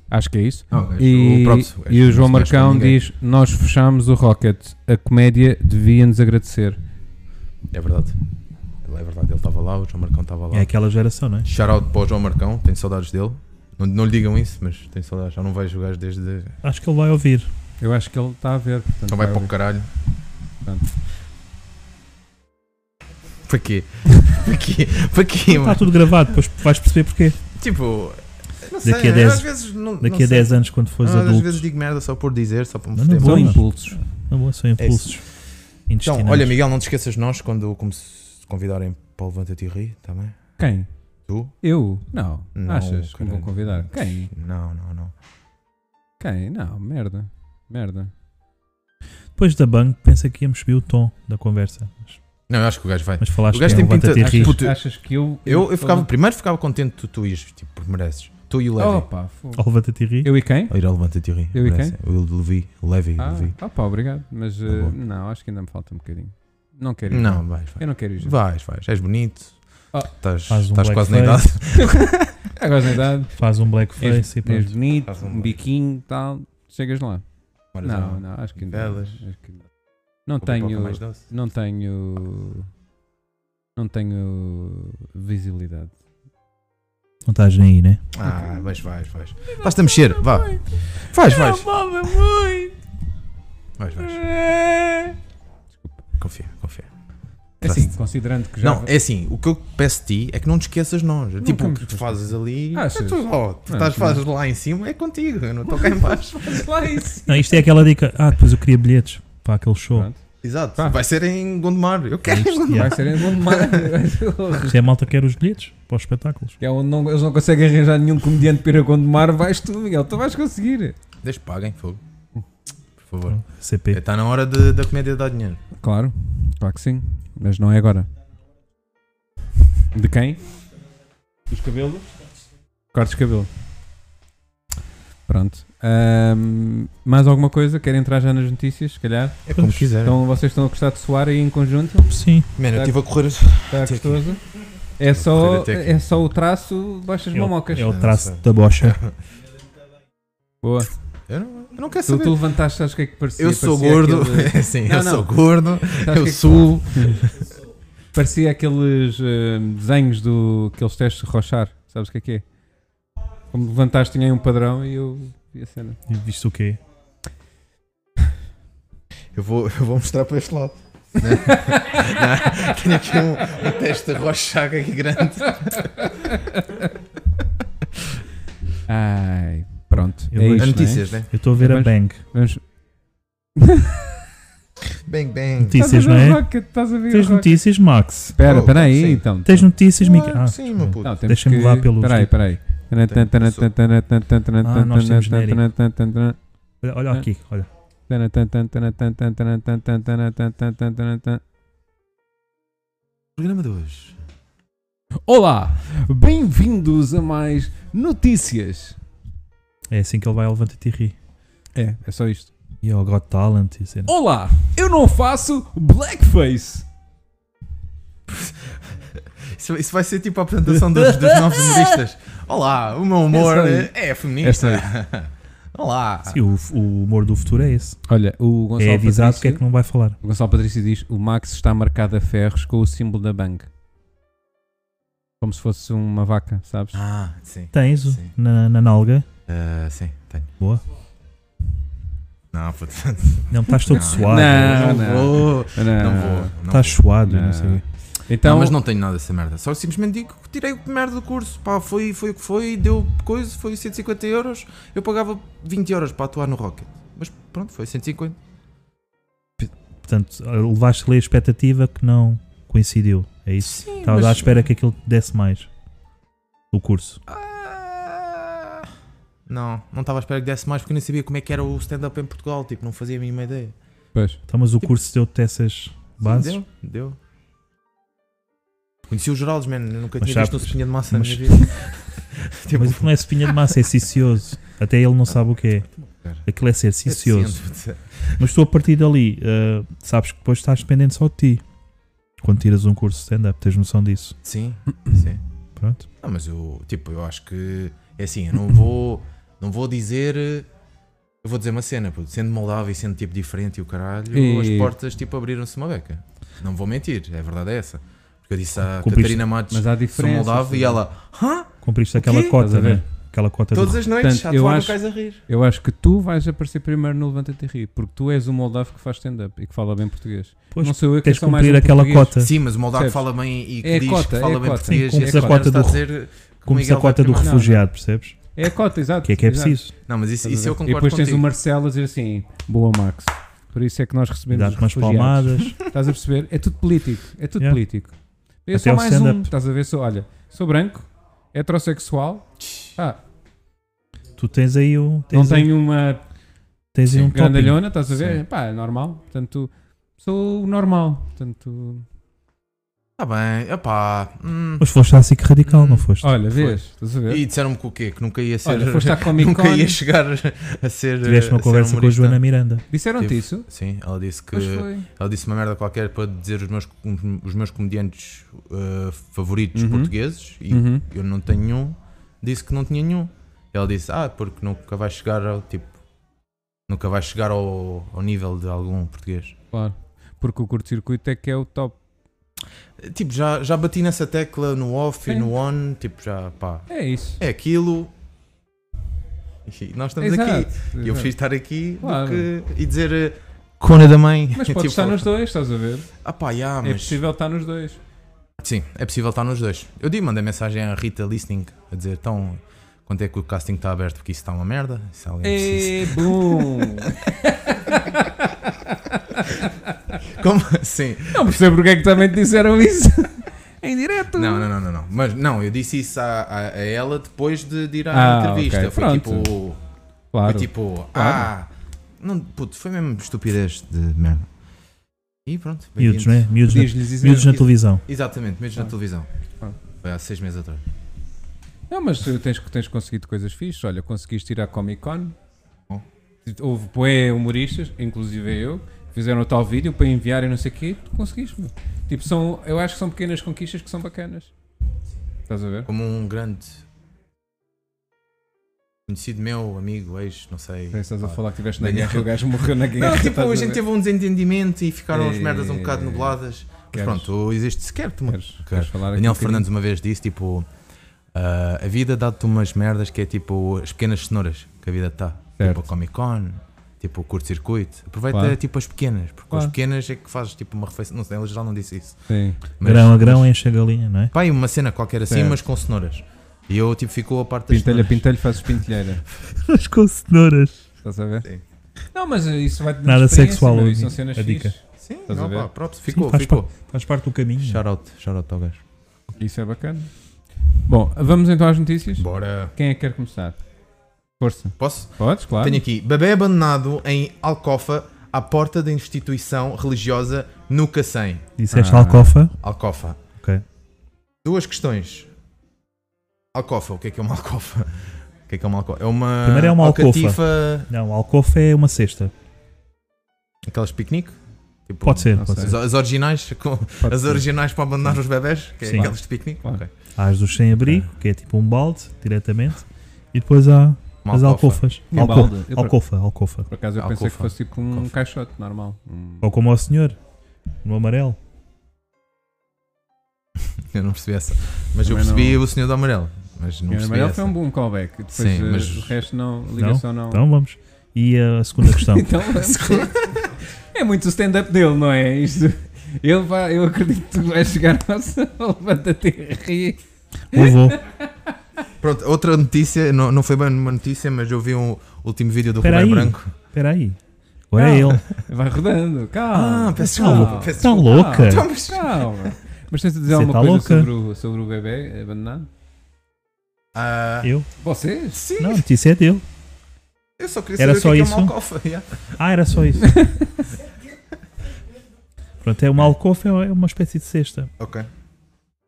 Acho que é isso. E, e o João Marcão diz: Nós fechámos o Rocket, a comédia devia nos agradecer. É verdade. Ele É verdade, ele estava lá, o João Marcão estava lá. É aquela geração, não é? Shout out para o João Marcão, tenho saudades dele. Não, não lhe digam isso, mas tenho saudades. Já não vejo o gajo desde. Então Acho que ele vai ouvir. Eu acho que ele está a ver. Portanto, vai vai para o ouvir. caralho. Pronto. Para quê? para quê? Para quê, Está mano? tudo gravado, depois vais perceber porquê. Tipo. Não Daqui sei, a eu 10 às vezes não. Ah, Daqui a 10 anos, quando fores Às adulto. vezes digo merda só por dizer, só por me Mas não vou, foder. São Bom, Vamos. impulsos. Não vou, são É isso. impulsos intestinais. Então, olha, Miguel, não te esqueças de nós quando como se convidarem para o Levanta-te e Ri também. Quem? Tu? Eu? Não. Não, Achas que me vão caralho. convidar? Quem? Não, não, não. Quem? Não, merda. Merda. Depois da Bang, pensei que íamos subir o tom da conversa. Mas, Não, eu acho que o gajo vai. mas falaste O gajo que é tem um pinta- levanta-te e acho- ri. puto, achas que eu. Eu, eu ficava, primeiro ficava contente tu, tu ires, tipo, porque mereces. Tu e o Oh, Levi. Opa, fogo. Ou levanta-te e ri. Eu e quem? Ir ao Levanta-te e Ri. Eu e merece. O Levi, o Levi, o Ah, Levi. opa, obrigado. Mas Tá eh, bom. não, acho que ainda me falta um bocadinho. Ah. Não quero ir. Não, vais, Eu não quero ir. já. vais. Vais, vais. És bonito. Oh. Estás Faz um estás quase na idade. blackface. Agora na idade, Faz um blackface e és pronto. bonito, Faz um um bom. biquinho e tal, chegas lá. Moras Não, não, não, acho que ainda não. Belas. Acho que ainda não. Não Com a pipoca tenho, um mais doce. não tenho, não tenho visibilidade. Não estás nem aí, né? Ah, vais, vais, vais. Basta mexer, vá. Vais, vais. Não muito. Vais, vais. Confia, confia. É assim, considerando que já... Não, é assim, o que eu peço de ti é que não te esqueças de nós. É tipo, o que tu fazes ali. Achas? É tu, ó, tu Não, estás, não. fazes lá em cima, é contigo. Eu não estou cá em baixo. lá isso. Não, isto é aquela dica. Ah, depois eu queria bilhetes para aquele show. Ah. Pronto. Exato. Pá. Vai ser em Gondomar. Eu quero em Gondomar. Vai ser em bom demais. Se a malta quer os bilhetes para os espetáculos. Que é onde não, eles não conseguem arranjar nenhum comediante para ir a Gondomar, vais tu, Miguel, tu vais conseguir. Deixa que paguem, fogo. Por favor. CP. Está na hora de- da comédia dar dinheiro. Claro, claro que sim, mas não é agora. De quem? Dos cabelos? Cortes de cabelo. Pronto. Ahm, mais alguma coisa? Querem entrar já nas notícias, se calhar? É como quiser. Então vocês estão a gostar de soar aí em conjunto? Sim. Mano, eu tá- estive a correr. Está Até aqui. gostoso? É correr só, até aqui. é só o traço baixas É o, mamocas. é o não traço sei. da bocha. Boa. Eu não, eu não quero Tu, saber. tu levantaste, sabes o que é que parecia? eu sou Parecia gordo. aquele- Sim, Não, eu não. sou gordo. Sabes o Eu que é que- subo. Parecia aqueles eh, desenhos do aqueles testes de rochar, sabes o que é que é? Como levantaste tinha aí um padrão e eu vi a cena. E Viste o quê? Eu vou, eu vou mostrar para este lado. Né? Não, tenho aqui um, um teste de rochaga aqui grande. Ai, pronto. Eu é vejo. isto, A notícias, não né? Eu estou a ver a Mas- Bang. é? Vamos... Bang, bang. Notícias, não é? Rocket, estás a ver Tens o rocket. notícias, Max. Espera, Oh, espera aí, sim. então. Tens notícias, Mica. Ah, Ah, sim, meu puto. Não, temos Deixa-me que- lá pelo- Espera aí, espera aí. Ah, nós temos olha, olha É. Ah. aqui, olha. Programa de hoje. Olá, bem-vindos a mais notícias. É assim que ele vai ao levanta e ri. É, é só isto. E ao Got Talent e cena. Olá, eu não faço blackface. Isso, isso vai ser tipo a apresentação dos, dos novos humoristas. Olá, o meu humor É isso é, feminista. Olá. Sim, o, o humor do futuro é esse. Olha, o Gonçalo é avisado o que é Então Patrício, que não vai falar. o Gonçalo Patrício diz o Max está marcado a ferros com o símbolo da Bang. Como se fosse uma vaca, sabes? Ah, sim. Tens o- Sim. na, na nalga. Ah, sim, tenho. Boa. Não, puto. Não, estás todo Não. suado. Não, Não, não. vou. Ah, Não vou. Não Estás vou. suado, não, Não. sei o quê. Então, Não, mas não tenho nada dessa merda. Só simplesmente digo que tirei o merda do curso. Pá, foi, foi o que foi, deu coisa, foi 150 euros. Eu pagava 20 euros para atuar no Rocket. Mas pronto, foi 150. Portanto, eh, levaste ali a expectativa que não coincidiu. É isso? Sim, Estavas mas- à espera que aquilo te desse mais. O curso. Ah, Não, não estava à espera que desse mais porque eu nem sabia como é que era o stand-up em Portugal. Tipo, não fazia a mínima ideia. pois, Então, mas o curso deu-te essas bases. Sim, Deu, deu. Conheci o Geraldes, man. Nunca Mas tinha sabes- visto um espinha de maçã mas- na minha vida. um tipo, Mas isso não é espinha de massa, é cicioso. Até ele não sabe o que é. Cara. Aquilo é ser cicioso. deficiente. Mas tu a partir dali, ah, sabes que depois estás dependente só de ti. Quando tiras um curso de stand-up, tens noção disso. Sim, sim. Pronto. Não, mas eu, tipo, eu acho que é assim, eu não vou, não vou dizer, eh, eu vou dizer uma cena, puto, sendo Moldávia e sendo tipo diferente e o caralho, E- as portas tipo abriram-se uma beca. Não vou mentir, é verdade é essa. Porque eu disse à Cumpriste- Catarina Matos, Ah, mas há sou diferença. Moldávia e ela, hã? Cumpriste O quê? aquela Estás a cota, ver? né? Aquela cota Todas de... as noites, já eu acho- te acho... cais a rir. Eu acho que tu vais aparecer primeiro no Levanta-te e Ri, porque tu és o moldavo que faz stand-up e que fala bem português. Pois, não sou eu que é Tens de só mais cumprir um aquela português. cota. Sim, mas o Moldávio Percebes? fala bem e que É a diz cota, que é fala a bem cota. português. Sim, e cumpre-se essa a cota merda do- está a dizer que o Cumpres Miguel a vai cota do primeiro. Não, refugiado, percebes? É a cota, exato. O que é que é exato. preciso? Não, mas isso, isso eu E concordo depois tens contigo. o Marcelo a dizer assim: Boa, Max. Por isso é que nós recebemos Dá-te os umas refugiados." palmadas. Estás a perceber? É tudo político. É tudo Yeah. político. Eu Até sou ao mais um. stand-up. Estás a ver? Sou, olha, sou branco, heterossexual. Ah, tu tens aí um. não Tens aí, tenho uma tens aí um topping. grandalhona, estás a ver? Sim. Pá, é normal. Portanto, sou o normal. Portanto, Tá bem, opá. hum. Mas foste à SIC radical, não Hum. foste? olha, vês? Estás a ver? E disseram-me que o quê? Que nunca ia ser. é. Olha, foste à Comic Con. Nunca ia chegar a ser. Tiveste uma um a ser conversa com a humorista. Joana Miranda. Disseram-te Tive. isso? Sim, ela disse que. Pois foi. Ela disse uma merda qualquer para dizer os meus, os meus comediantes uh, favoritos Uhum. portugueses e Uhum. eu não tenho nenhum. disse que não tinha nenhum. Ele disse, ah, porque nunca vais chegar ao tipo. Nunca vais chegar ao, ao nível de algum português. Claro. Porque o curto-circuito é que é o top. Tipo, já, já bati nessa tecla no off e Sim. no on, tipo, já pá, É isso. é aquilo. E nós estamos aqui. E eu prefiro estar aqui do Claro. que- e dizer eh, cona da mãe. Mas pode Tipo, estar nos dois, estás a ver? Ah pá, yeah, É mas... possível estar nos dois. Sim, é possível estar nos dois. Eu digo, mandei mensagem à Rita Listening a dizer, então, quanto é que o casting está aberto? Porque isso está uma merda. Se alguém precisa- É bom! Como assim? Não percebo porque é que também te disseram isso. em direto. Não, não, não, não, não. Mas não, eu disse isso a, a- a ela depois de, de ir à Ah, entrevista. ok, Foi pronto. tipo. Foi Claro. tipo. Ah. Claro. Não, puto, foi mesmo estupidez de merda. E pronto. Miúdos, bem-vindos. não é? Miúdos, na, Podias-lhes dizer- miúdos na televisão. Exatamente, mesmo na Ah. televisão. Ah. Foi há seis meses atrás. Não, mas tu tens, tens conseguido coisas fixes. Olha, conseguiste ir à Comic Con. Bom. Houve bué humoristas, inclusive eu, que fizeram o tal vídeo para enviar e não sei o quê. Tu conseguiste. meu. Tipo, são, eu acho que são pequenas conquistas que são bacanas. Estás a ver? Como um grande. Conhecido meu, amigo, ex, não sei. Parece que Estás a pá. falar que estiveste na Daniel. guerra e o gajo morreu na guerra. Não, tipo, estás a a gente ver? teve um desentendimento e ficaram as É, merdas um bocado nubladas. Mas Queres- pronto, oh, existe sequer uma Queres, queres falar Daniel aqui um bocadinho? Fernandes uma vez disse: tipo, ah, a vida dá-te umas merdas que é tipo as pequenas cenouras que a vida está. Tipo Certo. a Comic Con, tipo o curto-circuito. Aproveita Claro. tipo as pequenas, porque Claro. as pequenas é que fazes tipo uma refeição. Não sei, ele já não disse isso. Sim. Mas, grão a grão enche a galinha, não é? pá, e uma cena qualquer assim, Certo. mas com cenouras. E eu tipo ficou a parte das Pintelha, cenouras. pintelha, fazes pintelheira. Mas com cenouras. Estás a ver? Sim. Não, mas isso vai Nada sexual, Meu, ouvi. isso é são cenas A dica. fixes. Sim, Estás a não, ver? pá, pronto, ficou, faz ficou. Faz parte do caminho. Shout out, shout out ao gajo. Isso é bacana. Bom, vamos então às notícias. Bora. Quem é que quer começar? Força. Posso? Podes, claro. Tenho aqui: bebê abandonado em Alcofa à porta da instituição religiosa Nuca 100. Disseste Ah. Alcofa. Alcofa. Ok. Duas questões. Alcofa, o que é que é uma alcofa? O que é que é uma alcofa? É uma. Primeiro é uma alcofa. alcatifa, Não, Alcofa é uma cesta. aquelas piquenique? Tipo, Pode ser, não pode sei. As, ser. as originais, com- Pode as ser. originais para abandonar os bebés, que é Sim. aqueles de piquenique. Claro. Ok. Há as dos sem-abrigo, que é tipo um balde, diretamente. E depois há Uma as alcofa. alcofas. Um Alco- balde. Eu, por- Alcofa, alcofa. Por acaso eu pensei Alcofa. que fosse tipo um Alcofa. caixote normal. Hum. Um- Ou como ao senhor, no amarelo. Eu não percebi essa. Mas eu Também não- percebi o senhor do amarelo. Mas não O percebi amarelo essa. foi um bom callback. Depois Sim, eh, mas- o resto não, a ligação não. Então vamos. E a segunda questão. Então, é muito o stand-up dele, não é? Isto. Ele vai, eu acredito que tu vais chegar ao levanta-te e ri. Eu vou. Pronto, outra notícia, não, não foi bem uma notícia, mas eu vi um último vídeo do Espera Rubén aí. Branco. Espera aí. Agora é Não. ele. Vai rodando, calma. Ah, peço calma, desculpa, peço Tão calma, É. louca. Calma, calma. Mas tens de dizer Você alguma tá coisa louca? sobre o, sobre o bebê abandonado? Ah, Eu? Vocês? Sim, Não, a notícia é dele. eu só queria Era saber só o que isso? é uma alcofa. yeah. Ah, era só isso. Pronto, é uma alcofa, é uma espécie de cesta. Ok.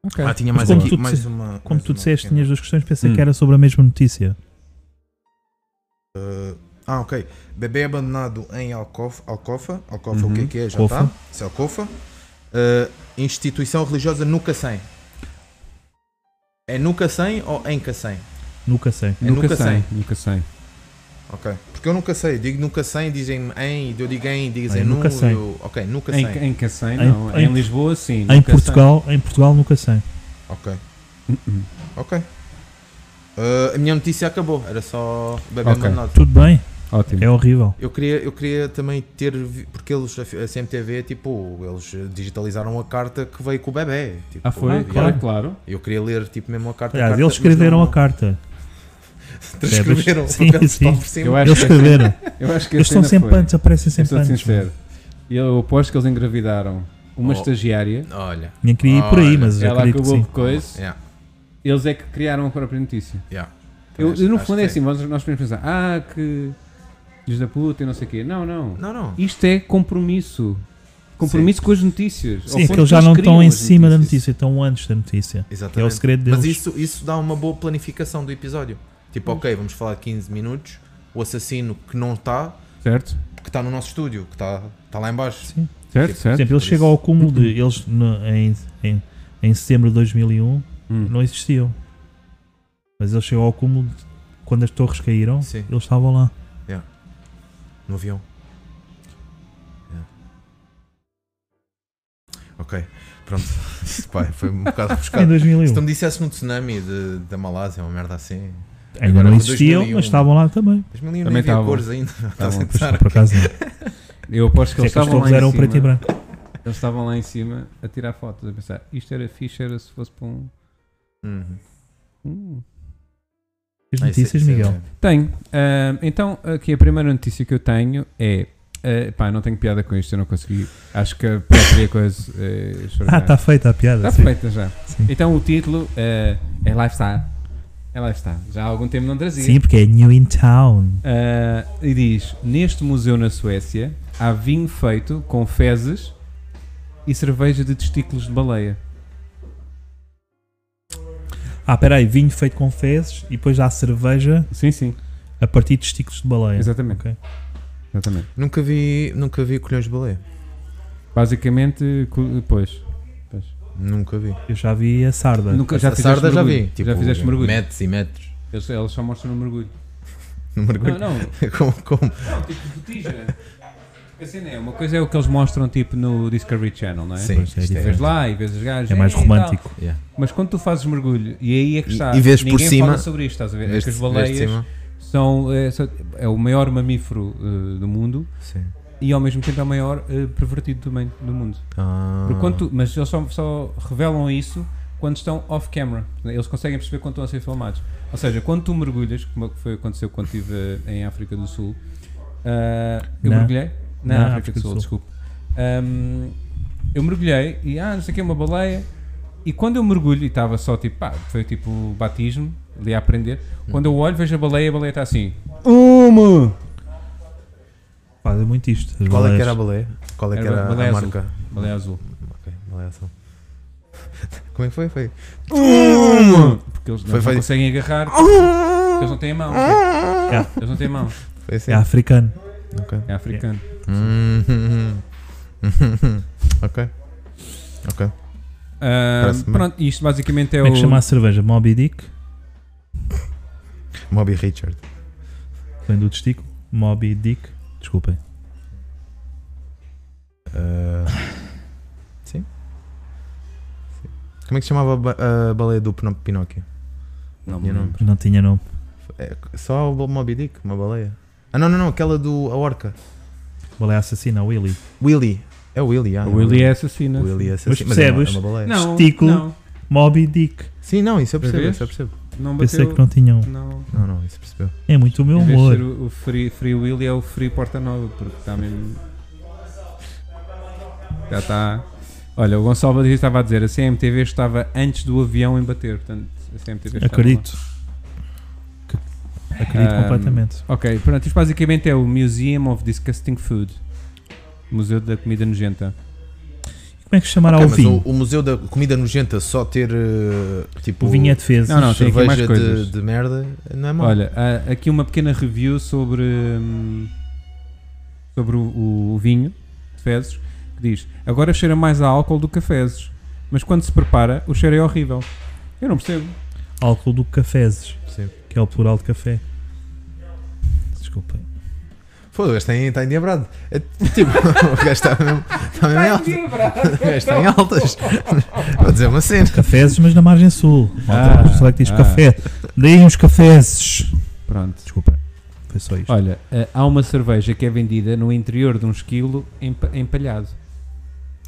Ok. Ah, tinha Mas mais, como aqui, tu mais disse- uma. Como mais tu uma né? disseste, pequena. tinhas duas questões, pensei Hum. que era sobre a mesma notícia. Uh, ah, ok. Bebê abandonado em Alcofa. Alcofa, Alcofa Uhum. o que é que é? Já Alcofa. está? Isso é Alcofa. Uh, instituição religiosa no Cacém. É no Cacém ou em Cacém? Nunca sei. É nunca nunca sei, nunca sei. Ok. Porque eu nunca sei. Digo no Cacém, dizem-me em, eu digo em, dizem Ah, é no. no Cacém. eu- Ok, no Cacém. Em, em Cacém, Em- não. Em, em- Lisboa, sim. Em nunca sei. Portugal, em Portugal nunca sei. Ok, Uh-uh. ok. Uh, a minha notícia acabou. Era só bebê Ok. abandonado. Tudo bem, Ótimo. é horrível. Eu queria, eu queria também ter, vi- porque eles, a F- a CMTV, tipo, eles digitalizaram a carta que veio com o bebê. Tipo, Ah, foi? e claro, claro. claro. Eu queria ler, tipo, mesmo a carta. Aliás, carta, eles mas escreveram não- a carta. Transcreveram Sim, o papel sim. postal por cima. Eu acho Eles que- escreveram. Eu acho que a Eles estão cena sempre foi. antes, aparecem Eu sempre sou antes. mano. sincero. Eu aposto que eles engravidaram uma Oh. estagiária. Olha, Nem queria ir por aí, Olha, mas eu Ela acredito que acabou sim. de coisa. yeah, Eles é que criaram a própria notícia. yeah. Eu, Acho- eu, no acho fundo que é sim. assim, nós, nós podemos pensar, ah, que filhos da puta e não sei o quê. Não, não. Não, não. Isto é compromisso. Compromisso com as notícias. Ao Sim, é que ponto eles já não criam estão em as cima da notícia, estão antes da notícia. Que é o Exatamente. segredo deles. Mas isso, isso dá uma boa planificação do episódio. Tipo, ok, vamos falar 15 minutos. O assassino que não está, Certo? que está no nosso estúdio, que está está lá em baixo. Sim. Certo, Por certo. exemplo, eles Por chegam isso. ao cúmulo de. Uhum. Eles no- em, em, em setembro de 2001 Hum. não existiam. um Mas ele chegou ao cúmulo de- quando as torres caíram, Sim. eles estavam lá. No avião. Yeah. Ok, pronto. Isso, pá, foi um bocado Tá. Em buscado. Se 2001. tu me dissesse no tsunami de- da Malásia, uma merda assim. Ainda Agora não foi existiam, 2001. mas estavam lá também. 2001 Também nem havia estavam. cores ainda. Estás a Estavam. pensar. Por acaso não. Tá Eu aposto que Se é eles que as estavam lá torres em eram cima. preto e branco. Eles estavam lá em cima a tirar fotos, a pensar, isto era fixe, era se fosse para um. Uhum. Hum. As Ah, isso é- notícias, isso é- Miguel. Tenho. Ah, então, aqui a primeira notícia que eu tenho é. ah, pá, não tenho piada com isto, eu não consegui. Acho que a própria coisa. eh, Ah, extraordinária. está feita a piada. Está sim. Tá feita já. Sim. Então o título eh, é Lifestyle. É Lifestyle. Já há algum tempo não trazia. Sim, porque é New in Town. Eh, e diz: Neste museu na Suécia há vinho feito com fezes e cerveja de testículos de baleia. Ah, peraí, vinho feito com fezes e depois há cerveja Sim, sim. a partir de testículos de baleia. Exatamente. Ok. Exatamente. Nunca vi, nunca vi colhões de baleia. Basicamente, cu- pois. Nunca vi. Eu já vi a sarda. Nunca, a sarda já vi. Tipo, já fizeste mergulho. Metros e metros. Eles, eles só mostram no mergulho. No mergulho. Não, não. como, como? Não, tipo de botija. Porque assim, né, Uma coisa é o que eles mostram tipo no Discovery Channel, não é? Sim, Pois é, isto é- Vês lá e vês os gajos. É mais "Ei, e tal". romântico. Yeah. Mas quando tu fazes mergulho, e aí é que E- está. e vês por Ninguém cima- fala sobre isto, estás a ver? É que Veste- as veste baleias cima. são. É, só- é o maior mamífero eh, do mundo Sim. e ao mesmo tempo é o maior eh, pervertido também do mundo. Ah. Porque quando tu- mas eles só, só revelam isso quando estão off-camera. Eles conseguem perceber quando estão a ser filmados. Ou seja, quando tu mergulhas, como foi, aconteceu quando estive eh, em África do Sul, ah, eu Na- mergulhei. Na, na África, do Sul, desculpe. Ahm, eu mergulhei e ah, não sei o que é uma baleia. E quando eu mergulho, e estava só tipo, pá, foi tipo batismo, ali a aprender. Quando eu olho, vejo a baleia, a baleia está assim. Uma! Fazem muito isto. as Qual é que era a baleias. baleia? Qual é que Era era baleia a azul. marca? Baleia azul. Ok, baleia azul. Como é que foi? Foi. Porque eles não, Foi- Ah! não foi- conseguem agarrar, eles não têm mão. É. Eles não têm mão. Foi assim. É africano. Ok. É africano. Hum. ok. Ok. Ah, Parece bem. pronto, isto basicamente é, Como é que o. chama a cerveja? Moby Dick? Moby Richard. Vem do testículo. Moby Dick. Desculpem. Ah, sim. Sim. Como é que se chamava a ba- a baleia do Pino- Pinóquio? Não me Tinha nome. lembro. Não tinha nome. É, só o Moby Dick, uma baleia. Ah, não, não, não, aquela do. A orca. Baleia assassina, Willy. Willy. É o Willy, ah. O Willy é assassino. O Willy é assassino, Mas mas é uma, é percebes? uma baleia. Não, Testículo. não, Moby Dick. Sim, não, isso eu percebo, Vês? isso eu percebo. não bateu. Pensei que não tinham. Não. Não, não, isso percebeu. É muito o meu Em vez de ser humor. o, o free, free Willy é o Free Porta Nova, porque está mesmo. Já está. Olha, o Gonçalo Batista estava a dizer, a CMTV estava antes do avião em bater, portanto, a CMTV estava Acredito. Acredito Ahm, completamente. lá. Ok, pronto, isto basicamente é o Museum of Disgusting Food. Museu da Comida Nojenta. Como é que se chamará Ok, o mas vinho? o, o Museu da Comida Nojenta só ter eh, tipo O vinho é de fezes. Não, não, tem aqui mais cerveja coisas. de, de merda não é mau. Olha, há aqui uma pequena review sobre, hum, sobre o, o vinho de fezes, que diz, agora cheira mais a álcool do que a fezes, mas quando se prepara, o cheiro é horrível. Eu não percebo. Álcool do cafezes, Sim. que é o plural de café. Desculpem. Foda-se, está em, está endiabrado. É, tipo, o gajo está mesmo, está mesmo em altas. O Tá gajo está em altas. Vou dizer uma cena. Cafezes, mas na margem sul. Ah, Malta, ah, pessoal que diz ah. café. Deem uns cafezes. Pronto. Desculpa. Foi só isto. Olha, eh, há uma cerveja que é vendida no interior de um esquilo empa- empalhado.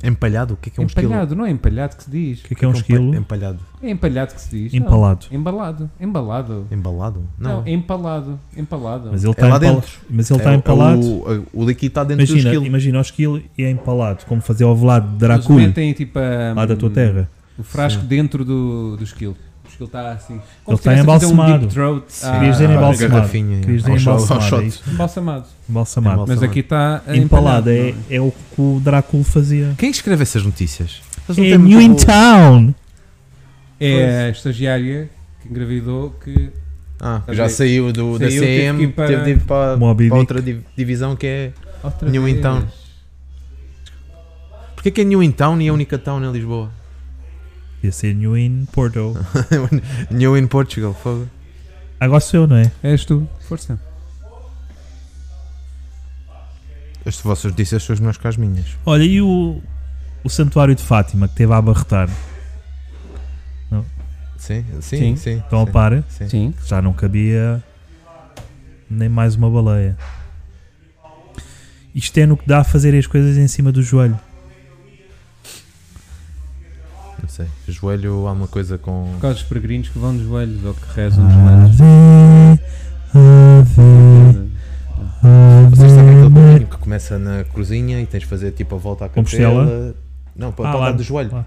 Empalhado? O que é que é um esquilo? empalhado, não é empalhado que se diz. O que é que é um Empa- esquilo? Empalhado. É empalhado que se diz. não. Empalado. Embalado. Embalado. Embalado? Não, Não. é empalado. Empalado. Mas ele é está lá empalado. dentro. Mas ele está É o- empalado. O, o líquido está dentro tá Imagina, do esquilo. imagina o esquilo e é empalado. Como fazer o velado de Eles Dracul, metem Ah, tipo a, lá da tua terra. O frasco dentro do, do esquilo. O esquilo tá está assim. Ele se está tivesse a fazer Um embalsamado. deep throat. Querias dizer Ah, embalsamado. garrafinha, Querias é. dizer Ao shot- ao embalsamado. shot. É isso? embalsamado. Embalsamado. Embalsamado. Mas aqui tá, eh, está Empalado é, não é o que o Dracul fazia. Quem escreve essas notícias? Eles não É têm muito New in boa- Town. É, É a estagiária que engravidou que. Ah, Tá já bem. saiu do, da Saiu, teve CM, que ir teve para- de ir para, Moby para Dick. outra div- divisão que é. Outra New vez. in town. Porquê que é New In Town e a única town em Lisboa? Ia ser New in Porto. New in Portugal, fogo. Agora sou eu, não é? És tu. Força. As vossas notícias são as melhores que as minhas. Olha, e o, o Santuário de Fátima que teve a abarretar? Sim, Sim. sim, sim. sim Estão a par? sim. Sim. Então, Já não cabia nem mais uma baleia. Isto é no que dá a fazer as coisas em cima do joelho. Não sei. Joelho há uma coisa com. Por causa dos peregrinos que vão de joelhos ou que rezam Ah, de joelhos. Ave, ave, ave. Vocês sabem aquele caminho que começa na cruzinha e tens de fazer tipo a volta à Compostela? capela? Não, para, Ah, para o lá. lado do joelho. Lá.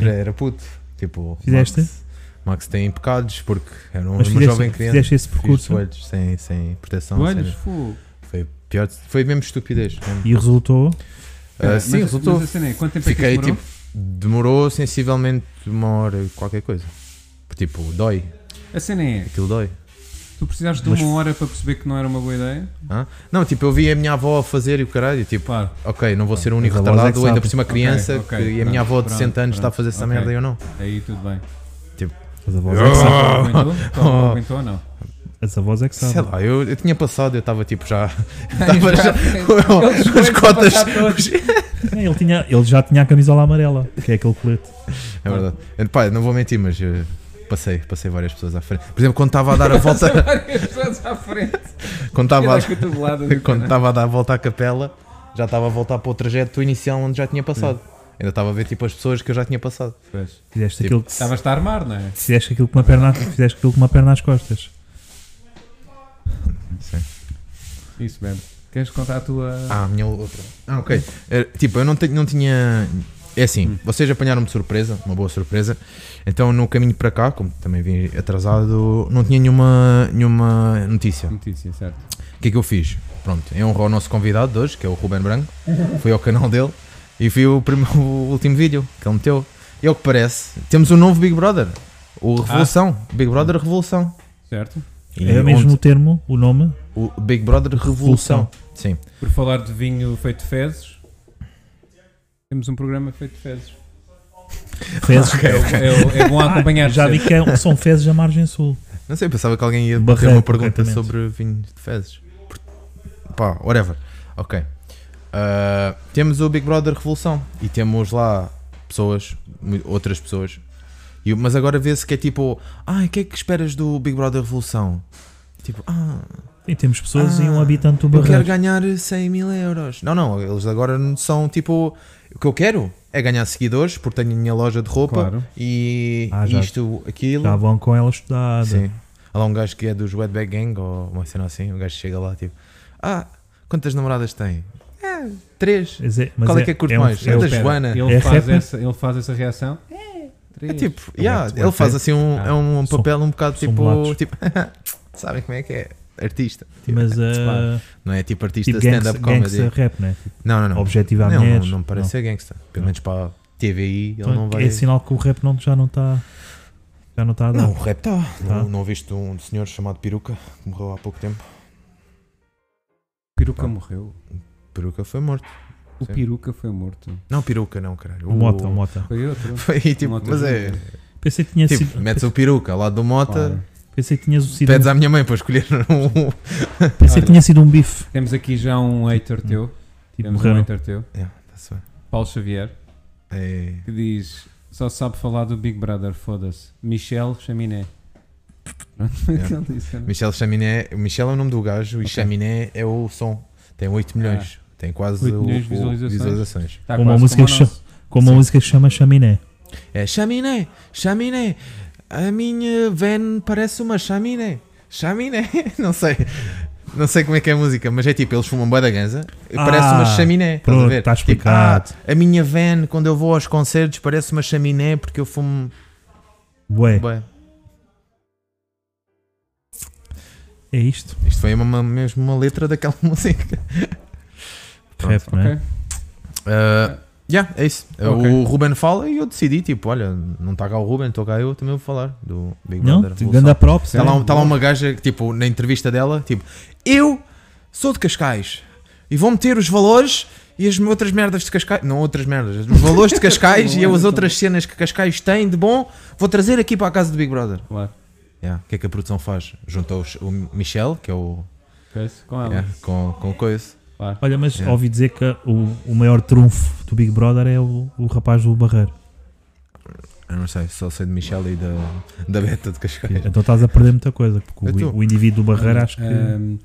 Era, era puto. Tipo, Fizeste? Max, Max tem pecados porque era um, Mas uma fizeste- jovem criança. fizeste esse Fiz percurso? joelhos sem, sem proteção. Joelhos, sem- fogo. foi pior. Foi mesmo estupidez. mesmo. E resultou. Ah, Mas- sim, resultou. Mas a cena é, quanto tempo Fiquei é que isso demorou? tipo. Demorou sensivelmente uma hora e qualquer coisa. Tipo, dói. A cena é, Aquilo dói. tu precisaste de Mas- uma hora para perceber que não era uma boa ideia? Hã? Não, tipo, eu vi a minha avó a fazer e o caralho, tipo, Claro. ok, não vou ser o único Mas a voz é que retardado, ainda sabe. por cima criança, Ok, ok, que- e a pronto, minha avó de 60 anos pronto, está a fazer essa pronto, merda ok. e eu não. Aí tudo bem. Mas Ah. a voz é que sabe. Paulo aguentou? Paulo aguentou ou não? Essa voz é que Sei sabe. lá, eu, eu tinha passado, eu estava tipo já. Estava já. Eles As dois cotas. vão passar todos. É, Ele, tinha, ele já tinha a camisola amarela, que é aquele colete. É verdade. Eu, pá, não vou mentir, mas eh, passei, passei várias pessoas à frente. Por exemplo, quando estava a dar a volta. Várias pessoas à frente. quando estava Ele a- é cotovelada do quando cara. estava a dar a volta à capela, já estava a voltar para o trajeto inicial onde já tinha passado. Ainda estava a ver tipo as pessoas que eu já tinha passado. é? Pois. Fizeste Tipo, aquilo, Estavas-te a armar, não é? fizeste aquilo com uma perna, fizeste aquilo com uma perna às costas. Isso mesmo. Queres contar a tua. Ah, a minha outra. Ah, ok. Era, tipo, eu não, te- não tinha. É assim, vocês apanharam-me de surpresa, uma boa surpresa. Então, no caminho para cá, como também vim atrasado, não tinha nenhuma, nenhuma notícia. Notícia, certo. O que é que eu fiz? Pronto, em honra ao nosso convidado de hoje, que é o Ruben Branco, fui ao canal dele e vi o, prim- o último vídeo que ele meteu. E ao que parece, temos um novo Big Brother, o Revolução. Big Brother Revolução. Certo? E Ah. é mesmo onde- o termo, o nome. o Big Brother Revolução. Revolução. Sim. Por falar de vinho feito de fezes, temos um programa feito de fezes. Fezes. É, é- é bom Ah, acompanhar. já vi que é- são fezes da margem sul. Não sei, pensava que alguém ia ter Barreiro, uma pergunta completamente. sobre vinho de fezes. Por- Pá, whatever. Ok. Ah, temos o Big Brother Revolução e temos lá pessoas, mu- outras pessoas. E o- mas agora vê-se que é tipo, ai, o que é que esperas do Big Brother Revolução? Tipo, ah, E temos pessoas Ah, e um habitante do eu quero Barreiro. ganhar 100 mil euros. Não, não, eles agora não são tipo, o que eu quero é ganhar seguidores porque tenho a minha loja de roupa Claro. e Ah, já- isto, aquilo. Já vão com ela estudada. um. Sim. Há lá um gajo que é dos Wetback Gang ou uma cena assim. O gajo chega lá tipo: Ah, quantas namoradas tem? É, três. Mas é- mas Qual é que é que curte um- mais? é É um- da Espera, Joana. Ele, É faz rapper? essa, ele faz essa reação. É. É Três. tipo, yeah, Wet- ele faz assim um, Ah. é um São- papel um bocado são tipo. mulatos. tipo Sabem como é que é? Artista. Tipo, mas claro. uh, Não é tipo artista tipo stand-up gangsta, comedy. gangsta rap, né? Não, não, não. Objetivo à não, não, mulheres. não parece ser gangsta. Pelo Não. menos para a TVI ele Então, não vai. É sinal que o rap não, já não está. Já não está a dar. Não, o rap está. Tá. Não, não ouviste um senhor chamado Peruca que morreu há pouco tempo? Peruca Pá. morreu. Peruca foi morto. O Sim. peruca foi morto. Não, peruca, não, caralho. O Mota, o Mota. Foi outro. Foi tipo, Mota mas é. junto. Pensei que tinha Tipo, sido. metes o peruca ao lado do Claro. Mota, Pensei que tinha sido, pedes à minha mãe para escolher um. pensei Olha. que tinha sido um bife. Temos aqui já um hater teu. Tipo, Temos um morreram. hater teu. Yeah, that's right. Paulo Xavier. É, que diz só sabe falar do Big Brother, foda-se. Michel Chaminé. Pronto, Yeah. ele disse, né? Michel Chaminé, o Michel é o nome do gajo e Ok. Chaminé é o som. Tem 8 milhões, tem quase 8 o- milhões de o- visualizações. visualizações. Tá Uma quase música como o que nosso. Com uma Sim. música que se chama Chaminé. É Chaminé, Chaminé, a minha van parece uma Chaminé, Chaminé, não sei. Não sei como é que é a música, mas é tipo, eles fumam bué da ganza, parece Ah, uma chaminé, estás a pronto, ver? tá Tipo, explicado. ah, a minha van, quando eu vou aos concertos, parece uma chaminé porque eu fumo Bué. bué. É isto? Isto foi uma, mesmo uma letra daquela música. Pronto. Rap, não é? Ok. Uh, yeah, é isso. Uh, Ok. O Ruben fala e eu decidi, tipo, olha, não está cá o Ruben, estou cá eu, também vou falar do Big Não? Brother. Revolução. Ganda props. né? Está lá, tá lá uma gaja que, tipo, na entrevista dela, tipo, eu sou de Cascais e vou meter os valores e as outras merdas de Cascais, não outras merdas, os valores é de Cascais e as outras cenas que Cascais tem de bom, vou trazer aqui para a casa do Big Brother. Claro. Yeah. O que é que a produção faz? Junta os- o Michel, que é o. Coisa com ela. yeah, com, com o coisa. Claro. Olha, mas Yeah. ouvi dizer que o, o maior trunfo do Big Brother é o, o rapaz do Barreiro. Eu não sei, só sei de Michel e da, da Beta de Cascais. Então estás a perder muita coisa, porque Eu o, tô. o indivíduo do Ah, Barreiro acho que. Ahm,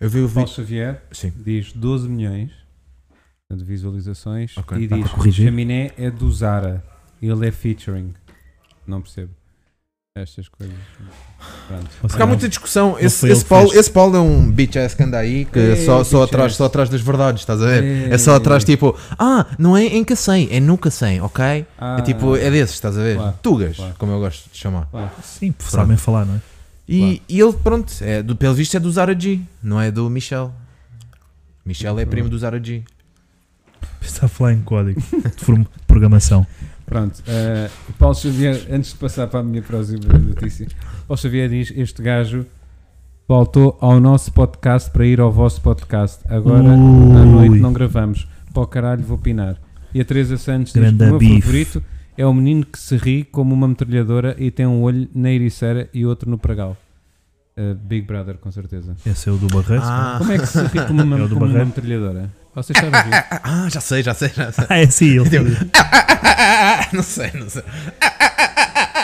Eu vi o Paulo vídeo. Xavier Sim. diz 12 milhões de visualizações Ok. e Dá diz para corrigir? Chaminé é do Zara. Ele é featuring. Não percebo estas coisas. Pronto. Você- Porque há muita discussão. Esse, foi ele esse, que Paulo, fez. esse Paulo é um bitch ass que anda aí que É, só, só, bitch atrás, ass. só atrás das verdades, estás a ver? É, É, só atrás é. tipo, ah, não é em que 100, é nunca 100, ok? Ah, É tipo, é desses, estás a ver? Claro, Tugas, claro. como eu gosto de chamar. Sim, sabem falar, não é? E, e ele, pronto, é, do, pelo visto é do Zara G, não é do Michel. Michel é primo do Zara G. Está a falar em código de forma- de programação. Pronto, eh, Paulo Xavier, antes de passar para a minha próxima notícia, Paulo Xavier diz: Este gajo voltou ao nosso podcast para ir ao vosso podcast. Agora à noite Ui. não gravamos. Para o caralho, vou pinar. E a Teresa Santos diz: O Grande meu bife." favorito é o menino que se ri como uma metralhadora e tem um olho na ericeira e outro no pragal. Eh, Big Brother, com certeza. Esse é o do Barreiro. Ah, Como é que se ri como uma, É o do como uma Barreiro? metralhadora? Vocês sabem disso? ah, já sei, já sei, já sei. Ah, é sim, ele. ah, não sei, não sei. Ah,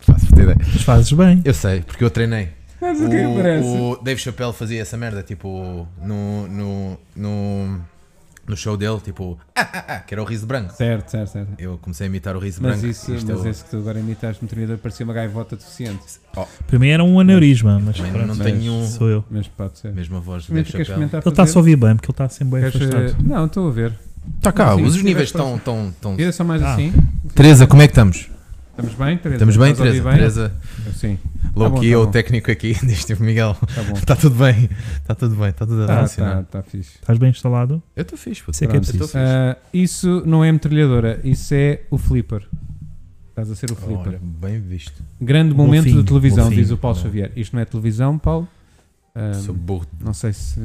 Faço puta ideia. Mas fazes bem. Eu sei, porque eu treinei. Mas o que é que parece? o Dave Chappelle fazia essa merda, tipo, no, no, no, no show dele, tipo, "Ah, ah, ah", que era o riso branco. Certo, certo, certo. Eu comecei a imitar o riso Mas, branco. isso, Isto é mas o- esse que tu agora imitaste metralhador parecia uma gaivota deficiente. Para mim era um aneurisma, mas Também pronto, é, não mas- tenho um. nenhum- sou eu. Mas pode ser. mesma voz de Também Dave queres Chappelle. experimentar Ele está a se fazer? ouvir bem, porque ele está sempre bem Queres, eh, afastado. Não, estou a ver. Está Tá cá, Sim, os se níveis tiver estão. Tão, tão... Vira só mais Ah. assim. Teresa, como é que estamos? Estamos bem, Teresa? Estamos bem, Estás a ouvir Teresa? Teresa, bem? Ah, Sim, bom, Loki, tá eu, bom. o técnico aqui, diz tipo Miguel. está bom. Está tudo bem, está tudo bem, está tudo a Está funcionar. tá, tá fixe. Estás bem instalado? Eu estou fixe, pô. Isso é que é Pronto. Eu tô preciso. fixe. Ah, isso não é metralhadora, isso é o flipper. Estás a ser o flipper. Olha, um bem visto. Grande momento Golfinho, de televisão, golfinho. diz o Paulo Não. Xavier. Isto não é televisão, Paulo? Ah, Sou burro. não sei se.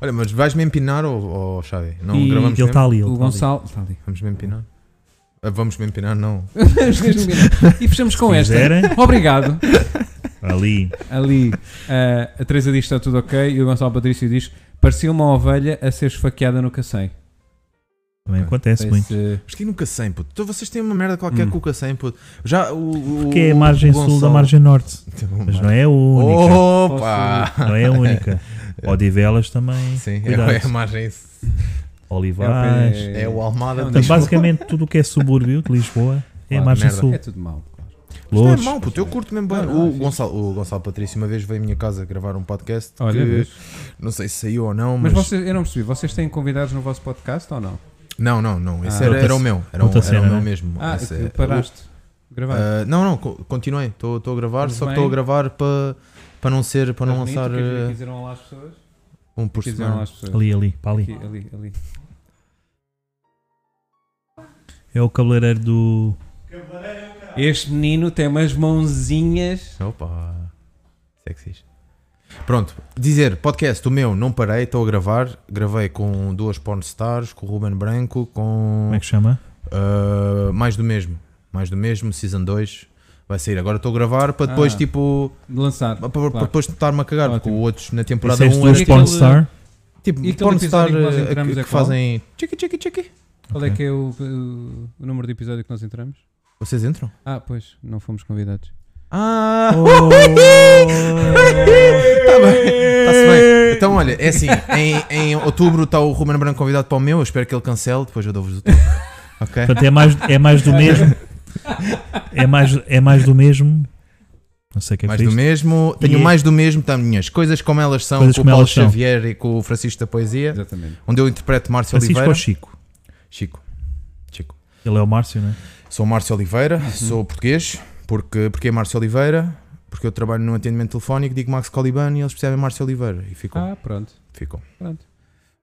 Olha, mas vais-me empinar ou, ou Xavi? Não E gravamos Ele tá- mesmo? está ali, ele O está ali. Gonçalo. Está ali. Vamos-me empinar? Ah, Vamos-me empinar, não. e fechamos com Se esta. quiserem, Obrigado. ali. ali ah, a Teresa diz que está tudo ok e o Gonçalo Patrício diz parecia uma ovelha a ser esfaqueada no cacém. é Também Ok. acontece Não sei muito. se- Mas que nunca 100, puto. Então vocês têm uma merda qualquer Hum. com o Cassem, puto. Já o. o Que é a o- margem o sul da Gonçalo- margem norte. Tem uma Mas margem. não é a Oh! única. Opa! Não é a única. Odivelas também. Sim, Cuidado. é, é a margem. Olivais. É o É Almada. um de Portanto, Lisboa. basicamente tudo o que é subúrbio de Lisboa é a Claro, margem merda. sul. É tudo mal. Mas não é Lourdes. mau, puto. Eu curto mesmo Não, bem. não, é O fixe. Gonçalo, o Gonçalo Patrício uma vez veio à minha casa gravar um podcast. Olha, que vês? não sei se saiu ou não, mas mas. vocês, eu não percebi, vocês têm convidados no vosso podcast ou não? Não, não, não. Esse Ah. era, Outra era o ce- meu. Era, um, outra era cena, o meu né? mesmo. Ah, Esse tu é- paraste. de Gravar. Ah, não, não, co- continuei. Estou a gravar, Mas só que bem. estou a gravar para para não ser, para não Mas bonito, lançar quer dizer, eh, Quiseram lá as pessoas? um por Quiseram lá semana. as pessoas. Ali, ali, para ali. Aqui, ali, ali. É o cabeleireiro do. Este menino tem umas mãozinhas. Opa, é sexys. Pronto, dizer, podcast, o meu, não parei, estou a gravar. Gravei com duas pornstars, com o Ruben Branco, com Como é que chama? eh, mais do mesmo. Mais do mesmo, Season 2 vai sair. Agora estou a gravar para depois, Ah. tipo, De lançar. para, para Claro. depois estar-me a cagar, porque Ótimo. o outros na temporada 1 Disseste um duas era, aquele- pornstar. tipo, e aquele pornstar episódio em que nós eh, entramos que, é que qual? fazem tchiqui tchiqui tchiqui. Qual é que é o, o- o número de episódio que nós entramos? Vocês entram? Ah, pois, não fomos convidados. Ah! Oh. Está bem, está-se bem. Então, olha, é assim: em, em outubro está o Ruben Branco convidado para o meu. Eu espero que ele cancele, depois eu dou-vos o toque. Ok? Portanto, é mais, é mais do mesmo. É mais, é mais do mesmo. Não sei o que é mais que é do isto. mesmo, tenho E- mais do mesmo, tenho minhas coisas como elas são, Coisas com o como Paulo elas são. Xavier e com o Francisco da Poesia, Exatamente. onde eu interpreto Márcio Francisco ou Oliveira. Chico? Chico. Chico. Ele é o Márcio, né? Sou Márcio Oliveira, Uhum. sou português. Porque, porque é Márcio Oliveira? Porque eu trabalho no atendimento telefónico, digo Max Coliban e eles percebem Márcio Oliveira. E ficam. Ah, pronto. ficam.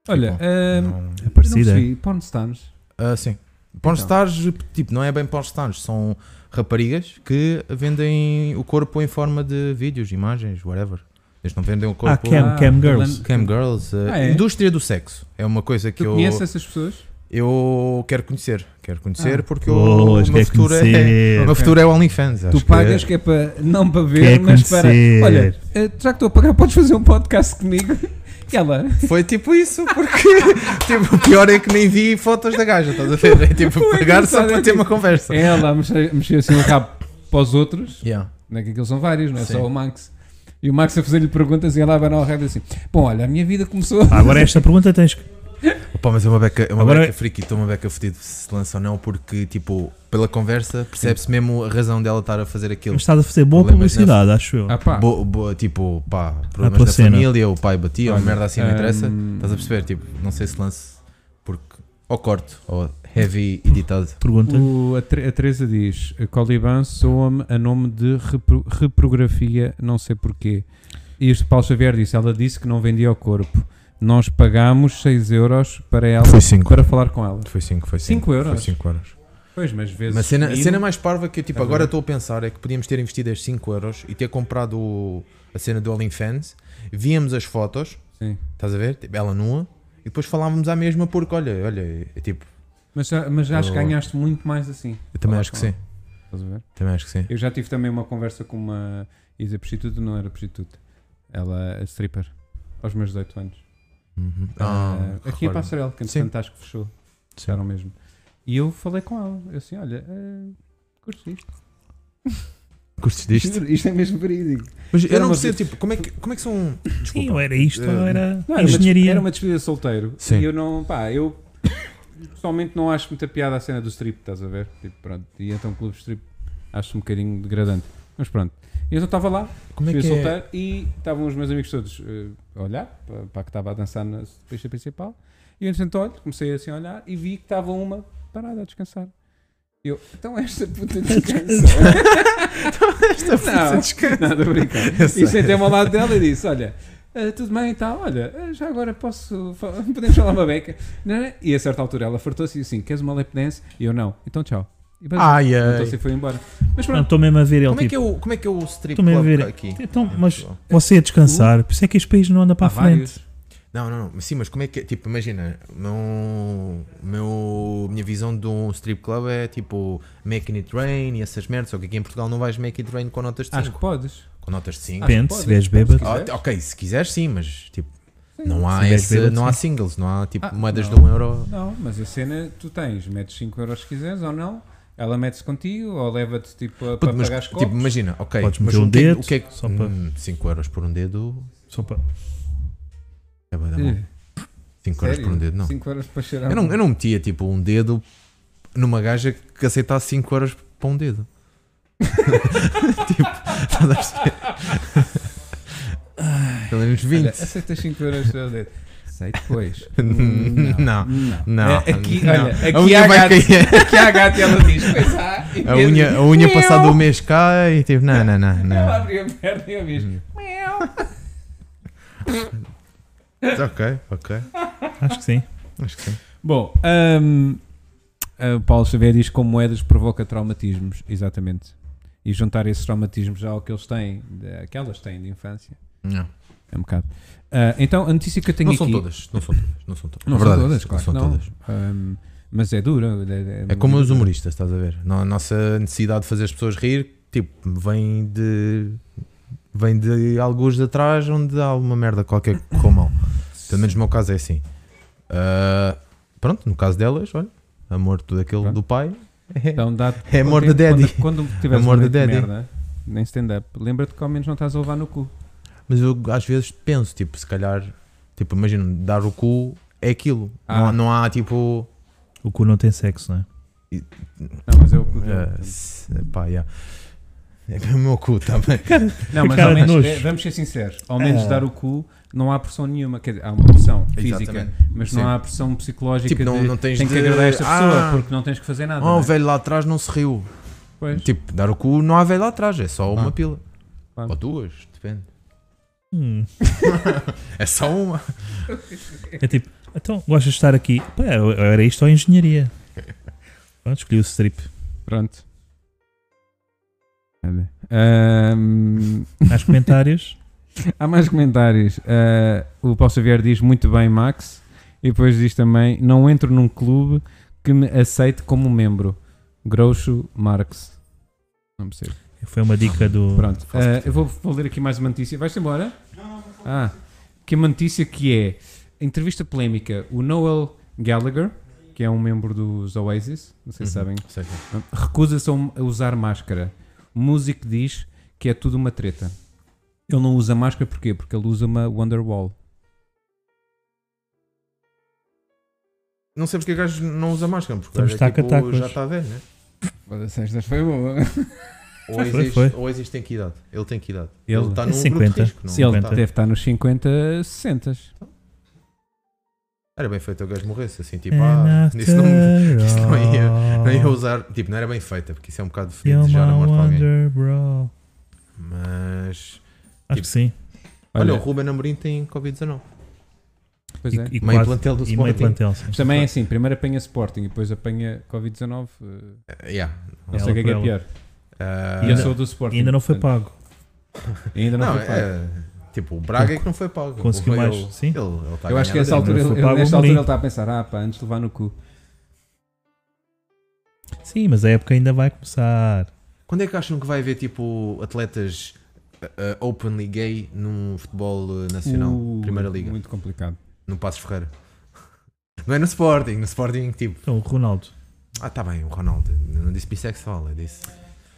Olha, bom. ahm, Não- É eu não parecido, é? percebi. Pornstars. Ah, sim. Então. Pornstars, tipo, não é bem pornstars, são raparigas que vendem o corpo em forma de vídeos, imagens, whatever. Eles não vendem o corpo. Ah, cam, Ah, cam girls. Lan- Cam girls. ah, Ah, é? Indústria do sexo. É uma coisa que Tu eu. conheces essas pessoas? eu quero conhecer. Quero conhecer Ah. porque eu, Pois, o meu quer futuro é. conhecer. O meu futuro é o OnlyFans. acho Tu que pagas é. que é para não para ver, Quer mas para. conhecer. Olha, eh, já que estou a pagar, podes fazer um podcast comigo. E ela, Foi tipo isso, porque tipo, o pior é que nem vi fotos da gaja, estás a ver? É tipo Foi pagar só engraçado, é para ter tipo- uma conversa. ela mexeu, mexeu assim o rabo para os outros, Yeah. não é que aqueles são vários, não é Sim. só o Max. E o Max a fazer-lhe perguntas e ela vai ao rádio assim: Bom, olha, a minha vida começou. Ah, é- agora esta pergunta tens que. Opa, mas é uma beca, é uma Agora- beca friki, estou uma beca fodida se lança ou não, porque tipo, pela conversa percebe-se mesmo a razão dela estar a fazer aquilo. Mas estás a fazer boa Problemas na- publicidade, acho eu. Ah, pá. Bo- bo- tipo, pá, problemas tua da cena. família, o pai batia, ou Olha, merda assim, não interessa. hum, Estás a perceber? Tipo, não sei se lance, porque ou corto, ou heavy editado. Pergunta. O- a, Tre- a Teresa diz: Coliban soa-me a nome de repro- reprografia, não sei porquê. E este Paulo Xavier disse: Ela disse que não vendia ao corpo. Nós pagámos 6 euros para ela Foi cinco. para falar com ela. Foi 5, foi Cinco cinco, euros? Foi 5 euros. Pois, mas vezes. Mas a cena, a mil- cena mais parva que eu tipo, Tá agora bem. estou a pensar é que podíamos ter investido estes 5 euros e ter comprado o- a cena do OnlyFans, víamos as fotos, Sim. estás a ver? Tipo, ela nua, e depois falávamos à mesma porque, olha, olha, é tipo, Mas, já- mas já acho que Eu- ganhaste muito mais assim. eu também Falar acho que com ela. sim. Estás a ver? Também acho que sim. Eu já tive também uma conversa com uma. Isa prostituta, não era prostituta. Ela é stripper. Aos meus 18 anos. Uhum. Ah, Ah, aqui em recordo. Passarela, que Sim. entretanto acho que fechou. Fecharam mesmo. E eu falei com ela, eu assim, olha, eh, curto isto. Curtes disto? Juro, Isto é mesmo verídico. Mas eu Era não uma percebo, tipo, como é que, como é que são. Sim, Desculpa. ou era isto, ou Eh, era Não, era, Uma, des- engenharia. era uma despedida de solteiro. Sim. E eu não, pá, eu pessoalmente não acho muita piada a cena do strip, estás a ver? Tipo, pronto. E então clube de strip acho um bocadinho degradante. Mas pronto. E então estava lá, Como é despedida de que é? solteiro, e estavam os meus amigos todos eh, a olhar para, para a que estava a dançar na pista principal. E eu entretanto olho, comecei assim a olhar e vi que estava uma parada a descansar. E Eu, então esta puta descansa. Então Esta Não, nada brincar. Eu E sei. sentei-me ao lado dela e disse: Olha, ah, tudo bem e tal, olha, ah, já agora posso. fa- Podemos falar uma beca. Não, não. E a certa altura ela fartou-se e disse assim: Queres uma lap dance? E eu não. Então tchau. E depois Ai, então se ai. foi embora. Mas Não, pronto. Ah, Estou mesmo a ver ele assim. Como é que tipo. é o, como é que é o strip Também club ver- aqui? É Então, Em mas Portugal? você a descansar, por isso é que este país não anda para É Há a frente. vários. Não, não, não. Mas Sim, mas como é que é? Tipo, imagina, meu, meu, minha visão de um strip club é tipo Making It Rain e essas merdas, só que aqui em Portugal não vais Make It Rain com notas de Acho que 5. podes. Com notas de Acho 5. que Depende, pode. Ah, se vês bêbado. Ah, quiseres. ok, se quiseres sim, mas tipo, Sim. não há, Se vês esse, bêbado, não há sim. singles, não há tipo Ah, moedas não. de 1 um euro. Não, mas a cena tu tens, metes 5 euros se quiseres ou não, ela mete-se contigo ou leva-te tipo a, para Puto, mas, pagar as tipo, contas. imagina, ok, Podes mas meter um o que, é- dedo, o que é que. só para- 5 euros por um dedo Só para- é bué da bom. 5 euros por um dedo, não. 5 euros para cheirar. Eu não, eu não metia tipo um dedo numa gaja que aceitasse 5 euros para um dedo. tipo, estás a perceber? Pelo menos 20. Olha, aceitas 5 euros ao dedo. Sei depois. Não. Não, É, aqui, não. olha, aqui a unha há vai gato. cair. Aqui há a gata e ela diz: Pois há. E A eu unha, digo, a unha "Miau". passado o mês cai e tipo, não, não, não, Ela não. abriu a perna e eu diz: Miau. ok, ok. Acho que sim. Acho que sim. Bom, hum, ah, o Paulo Xavier diz que com moedas provoca traumatismos. Exatamente. E juntar esses traumatismos ao que eles têm, de- que elas têm de infância, Não, é um bocado. Ah, então, a notícia que eu tenho não aqui. são todas, não são todas, não são todas. Não É Verdade, são todas, claro. Não que são não. todas. Hum, mas é dura. É, É como os humoristas, estás a ver? No- A nossa necessidade de fazer as pessoas rir, tipo, vem de. vem de alguns de trás onde há uma merda qualquer que correu mal. Pelo menos no meu caso é assim. Ah, pronto, no caso delas, olha, amor tudo aquele Pronto. do pai. Então dá É amor quando- de daddy. É Quando, quando tiveres Amor uma de noite de daddy. merda, nem stand-up, lembra-te que ao menos não estás a levar no cu. Mas eu às vezes penso, tipo, se calhar, tipo, imagina, dar o cu é aquilo. Não, Ah. há- não há tipo. O cu não tem sexo, não é? Não, mas é o cu. ah, se- pá, yeah. É o meu cu também. Não, mas Cara ao de menos, nojo. é, vamos ser sinceros, ao menos É. dar o cu não há pressão nenhuma, quer dizer, há uma pressão física, Exatamente. mas Sim. não há pressão psicológica Tipo, não- de, não tens tem que de- agradar esta pessoa, Ah. porque não tens que fazer nada. Oh, não o é? velho lá atrás não se riu. Pois. Tipo, dar o cu não há velho lá atrás, é só uma Ah. pila. Ah. Ou duas, depende. Hum. É só uma. É tipo, então gostas de estar aqui? Pá, eu- eu era isto ou engenharia? Pronto, escolhi o strip. Pronto. Olha. Ahm, Nos comentários, há mais comentários. Ah, o Paulo Xavier diz muito bem, Max. E depois diz também: não entro num clube que me aceite como membro. Groucho Marx. Não percebo. Foi uma dica do. Pronto, eh, eu vou, vou ler aqui mais uma notícia. Vais-te embora? Ah, que é uma notícia que é entrevista polémica. O Noel Gallagher, que é um membro dos Oasis, não sei se Uhum. sabem, Sei que- recusa-se a um- a usar máscara. O músico diz que é tudo uma treta. Ele não usa máscara porquê? Porque ele usa uma Wonderwall. Não sei porque o gajo não usa máscara, porque o Estamos gajo é, taca, tipo, tacos. já está velho, né? Esta foi boa. Ou Foi, existe, foi. ou existe tem que idade? Ele tem que idade? Ele- Ele está num 50. grupo de risco, não tá? Sim, ele está? Deve estar nos 50, 60. Era bem feito o gajo morresse, assim, É tipo, ah, isso não, isso não ia- não ia usar, tipo, não era bem feita, porque isso é um bocado de desejar a morte a alguém. bro. Mas, Acho Tipo, que sim. olha, Olha, o Ruben Amorim tem Covid-19. pois é. E, e Meio quase- plantel do e meio Sporting. plantel, sim. Mas também é assim: primeiro apanha Sporting e depois apanha Covid-19. eh, Eh, yeah. Não sei o que é, que é Ela por pior. Ah, E eu sou do Sporting. E ainda não foi portanto. pago. Ainda não, Não, foi pago. é, tipo, o Braga é que não foi pago. Conseguiu O- ele- mais, sim. Ele, ele tá a Eu acho que essa ganhar bem. ainda não altura, foi ele- pago nesta o altura bonito. ele está a pensar: ah, pá, antes de levar no cu. Sim, mas a época ainda vai começar. Quando é que acham que vai haver, tipo, atletas ah, ah, openly gay num futebol ah, nacional? Uh, Primeira Liga. Muito complicado. No Passos Ferreira. Não é no Sporting. No Sporting, tipo, Então, o Ronaldo. ah, tá bem, o Ronaldo. Eu não disse bissexual, eu disse.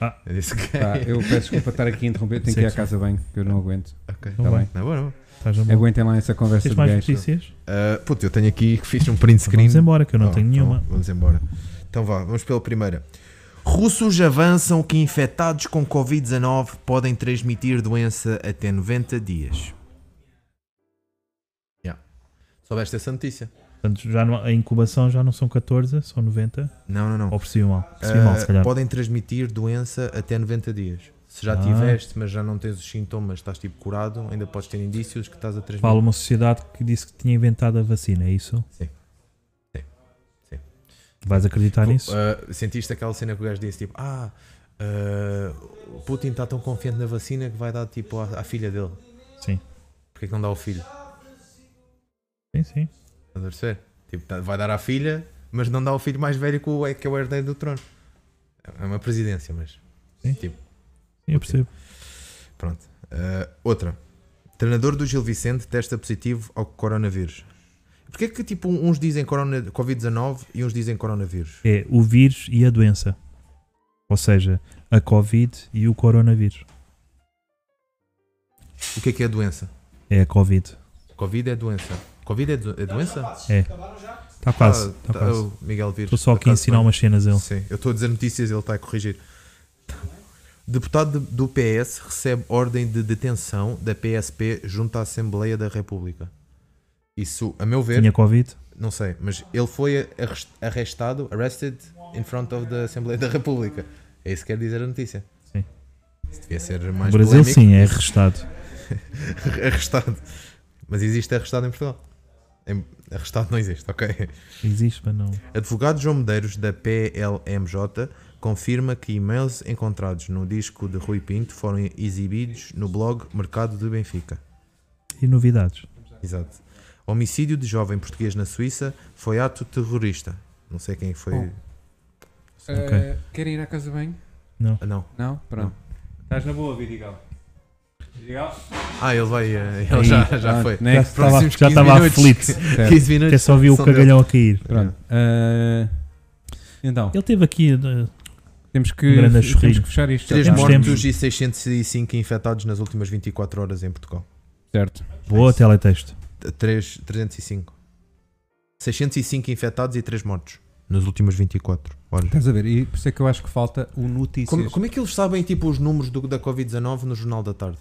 Ah. Eu disse que. Pá, eu peço desculpa estar aqui a interromper. Tenho que ir à Sim, sim. casa bem, que eu não aguento. Não Ok, tá Então vai. bem. Não, bom, não. Estás É a morrer. Aguentem lá essa conversa Tens de mais gays. notícias? Ah, puto, eu tenho aqui que fiz um print Então screen. Vamos embora, que eu não Ah, tenho então nenhuma. Vamos embora. Então vá, vamos pela primeira. Russos avançam que infectados com Covid-19 podem transmitir doença até 90 dias. Já. Soubeste essa notícia? Portanto, já não- a incubação já não são 14, são 90. Não, não, não. Ou percebi mal. Percebi mal, se Ah, calhar. podem transmitir doença até 90 dias. Se já Ah. tiveste, mas já não tens os sintomas, estás tipo curado, ainda podes ter indícios que estás a transmitir. Fala uma sociedade que disse que tinha inventado a vacina, é isso? Sim. Sim. Sim. Vais acreditar nisso? Ah, sentiste aquela cena que o gajo disse tipo: Ah, ah, o Putin está tão confiante na vacina que vai dar tipo à, à filha dele. Sim. Porquê que não dá ao filho? Sim, sim. Estás a perceber? Tipo, tá- vai dar à filha, mas não dá ao filho mais velho que, o, é- que é o herdeiro do trono. É uma presidência, mas. Sim. Tipo, Eu percebo. Pronto. Ah, outra. Treinador do Gil Vicente testa positivo ao coronavírus. Porquê é que tipo, uns dizem corona- Covid-19 e uns dizem coronavírus? É o vírus e a doença. Ou seja, a Covid e o coronavírus. O que é que é doença? É a Covid. Covid é doença. Covid é, do- é doença? Está quase. Ah, Está tá- quase. o Miguel Vires. Estou só aqui a Acaso, é ensinar umas cenas a um. ele. Sim, eu estou a dizer notícias e ele está a corrigir. Deputado de- do PS recebe ordem de detenção da PSP junto à Assembleia da República. Isso, a meu ver, Tinha Covid? não sei, mas ele foi arres- arrestado, arrested in front of the Assembleia da República. É isso que quer dizer a notícia. Sim. Isso devia ser O mais Brasil polémico. sim, é arrestado. arrestado. Mas existe arrestado em Portugal. Em- Arrestado não existe, ok? Existe, mas não. Advogado João Medeiros, da PLMJ, confirma que e-mails encontrados no disco de Rui Pinto foram exibidos no blog Mercado de Benfica. E novidades? Exato. Homicídio de jovem português na Suíça foi ato terrorista. Não sei quem foi. Bom. Ok. Uh, querem ir à casa bem? Ah, não. Não? Pronto. Estás na boa, Vidigal. Vidigal? Ah, ele vai. eh, Ele Aí, já, já pronto, foi. Já next. estava, Próximos já 15 estava minutos. aflito. Certo. Até 15 minutos. só vi o são dele. cagalhão a cair. Pronto. Eh, então, Ele teve aqui. eh, temos um que, grande temos achorrinho. que fechar isto. 3 já está. Temos tempo. mortos e 605 infectados nas últimas 24 horas em Portugal. Certo. Boa teletexto. 3, 305. 605 infectados e 3 mortos nas últimas 24 horas. Estás a ver? E por isso é que eu acho que falta o notícias. Como, como é que eles sabem tipo, os números do- da Covid-19 no Jornal da Tarde?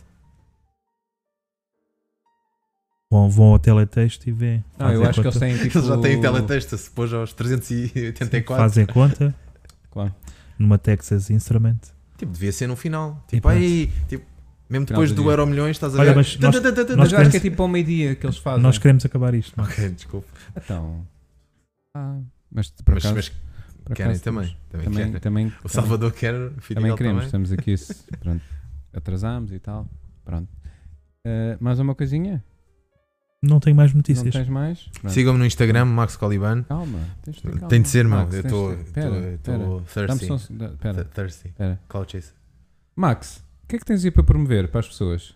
Vão, vão ao teletexto e vêem. Não, eu Fazem acho que eles conta. têm tipo. Eles já têm teletexto, se pôs aos 384. Fazem conta Claro. numa Texas Instrument. Tipo, devia ser no final. E Tipo, pronto. aí, tipo, Final mesmo depois do do dia. Euro Milhões, estás a Olha, ver? mas Tã, tã, tã, tã, nós Mas eu acho queremos- que é tipo ao meio-dia que eles fazem. Nós queremos acabar isto. não é? Ok, desculpa. Então. Ah, mas por Mas, acaso. mas por querem acaso também. Também, Também, querem. também, O também- Salvador quer, o também Fidel queremos, também. estamos aqui, se- pronto, atrasámos e tal, pronto. Eh, mais uma coisinha? Não tenho mais Não notícias. tens mais? Pronto. Sigam-me no Instagram, Max Coliban. Calma, tens de ter calma. Tem de ser, meu. Max, Eu tens de ter- Pera, pera. estou Dá-me thirsty. só um se- dá- Th- Pera, Thirsty. pera. Cloud Chase. Max, o que é que tens aí para promover para as pessoas?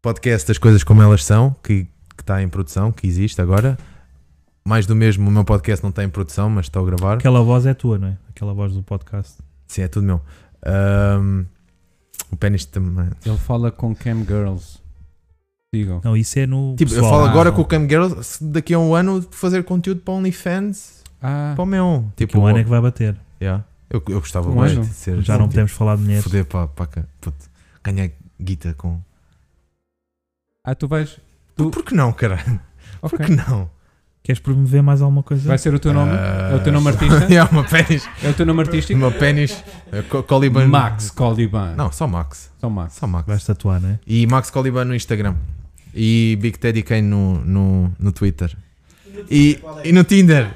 Podcast das coisas como elas são, que que está em produção, que existe agora. Mais do mesmo, o meu podcast não está em produção, mas estou a gravar. Aquela voz é tua, não é? Aquela voz do podcast. Sim, é tudo meu. Ahm, o pênis também. Ele fala com Cam Girls. Digam. Não, isso é no. Tipo, eu pessoal. falo Ah, agora não. com o Cam Girl, se daqui a um ano fazer conteúdo para OnlyFans, Ah, para o meu. Que Tipo, o ano é que vai bater. yeah. eu, eu gostava Um mais ano? de ser. Já não tipo, podemos falar de mulheres. Foder para, para cá. Puto, ganhar guita com. ah, tu vais. Tu- Por que não, caralho? ok. Por que não? Queres promover mais alguma coisa? Vai ser o teu nome? Ah, É o teu nome artístico? yeah, uma pênis. É o teu nome artístico? Uma pênis. eh, Co- Coliban. Max Coliban. Não, só Max. Só Max. Só Max. Vais tatuar, não é? E Max Coliban no Instagram. E Big Teddy Kane no, no, no Twitter. E, e no Tinder.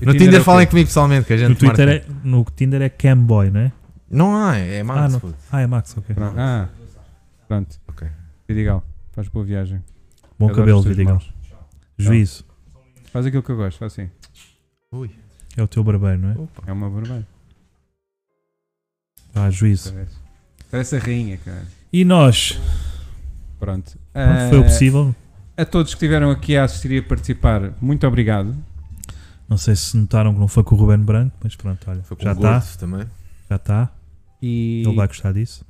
E No Tinder, é o falem quê? comigo pessoalmente, que a gente No, Twitter marca. é, no Tinder é Camboy, não é? Não há, é Max. não. puto. Ah, é Max, ok. Pronto. Ah, pronto. Ok. Vidigal, faz boa viagem. Bom Adoro cabelo, os teus Vidigal. maus. Juízo. Faz aquilo que eu gosto, faz assim. Ui. É o teu barbeiro, não é? Opa. É uma barbeira. Ah, juízo. Parece. Parece a rainha, cara. E nós? Pronto. Ah, Pronto, Eh, foi o possível. A todos que estiveram aqui a assistir e a participar, muito obrigado. Não sei se notaram que não foi com o Ruben Branco, mas pronto, olha. Foi com Já tá. o está, Gordo também. já está. E, Ele vai gostar disso.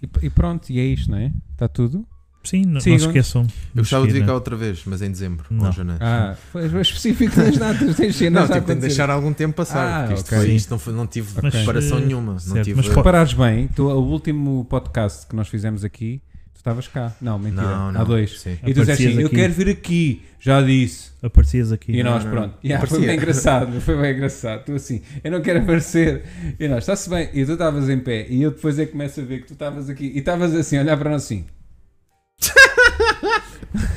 e, e pronto, e é isto, não é? Está tudo? Sim, n- não se Sigam-nos. esqueçam. Eu gostava de vir seguir, cá né? outra vez, mas em dezembro. Não. Ou janeiro. Ah, foi foi específico nas datas, tem cenas não, a tipo, tenho de acontecer. deixar algum tempo passar. Ah, porque isto, ok. foi- Sim. isto não, foi- não tive Mas, preparação eh, nenhuma. não certo, tive. mas eh, Se reparares bem, tu, o último podcast que nós fizemos aqui, tu estavas cá. Não, mentira. Não, não. Há dois. Sim. E tu disseste assim, Aparecias eu aqui. quero vir aqui, já disse. né? Aparecias aqui. E nós, não, não. pronto. Yeah, foi Parecia. bem engraçado, foi bem engraçado. Tu assim, eu não quero aparecer. E nós, está-se bem. E tu estavas em pé. E eu depois é que começo a ver que tu estavas aqui. E estavas assim, a olhar para nós assim.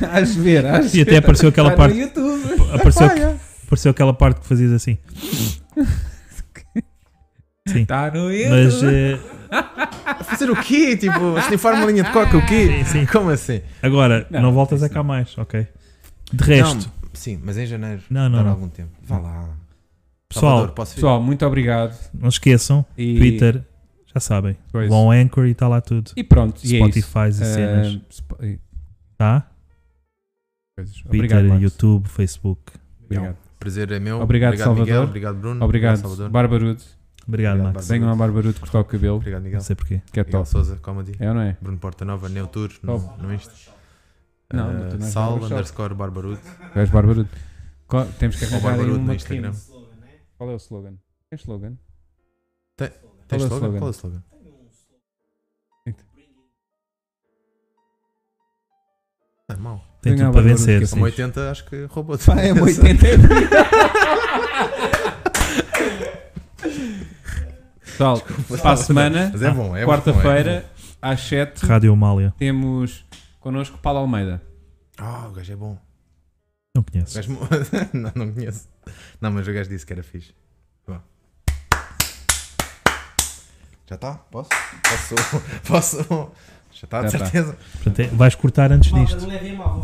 Hás de ver, hás de E até ver. apareceu aquela Está no parte- YouTube. apareceu- Olha. Apareceu aquela parte que fazias assim. Sim. Está no YouTube. Mas eh, Fazer o quê? Tipo, snifar uma linha de coca, o quê? Sim, sim. Como assim? agora, Não, não, voltas a cá mais, ok? De resto, Não, sim, mas em janeiro. não, não, Dar não. algum tempo. Vá lá. Pessoal, Salvador, posso vir? Pessoal, muito obrigado. não esqueçam. E, Twitter, já sabem. Pois. Long Anchor e está lá tudo. E pronto, e é isso. Spotify e cenas. Ah, Sp- e Tá? coisas. Twitter, Obrigado, Marcos. YouTube, Facebook. Obrigado, Prazer é meu. Obrigado, Miguel. Salvador. Obrigado, Bruno. obrigado Hum, Salvador. Barbarudo. Obrigado, Obrigado, Max. Bárbara. Venham a Barbarudo cortar o cabelo, Obrigado, Não Miguel. sei porquê. que é Miguel top. Souza, Comedy. É ou não é? Bruno Porta Nova, Neutur, no, Top. no Insta. Não, Eh, mas tu não és Sal, Barbarudo. underscore, Barbarudo. Tu és Barbarudo. Co- Temos que Ou arranjar aí Barbarudo no uma Instagram. pequena. Qual é o slogan? Tem slogan? Qual é o Tens slogan? slogan? Qual é o slogan? Não é mau. Tem Venham tudo a para Bárbara, vencer. esqueçam. Uma sim. 80 acho que roubou-te. Pá, é 80. Pessoal, para a semana, Mas é bom, é bom, é quarta-feira, às 7, Rádio Amália. temos connosco Paulo Almeida. bom. Ah, o gajo é bom. Não O conheço. gajo... mo- não, não conheço. Não, mas o gajo disse que era fixe. Vá. Já está? Posso? Posso? Posso? Já está, Já de tá. certeza. Portanto, é- vais cortar antes disto. Malta, não levem a mal, vão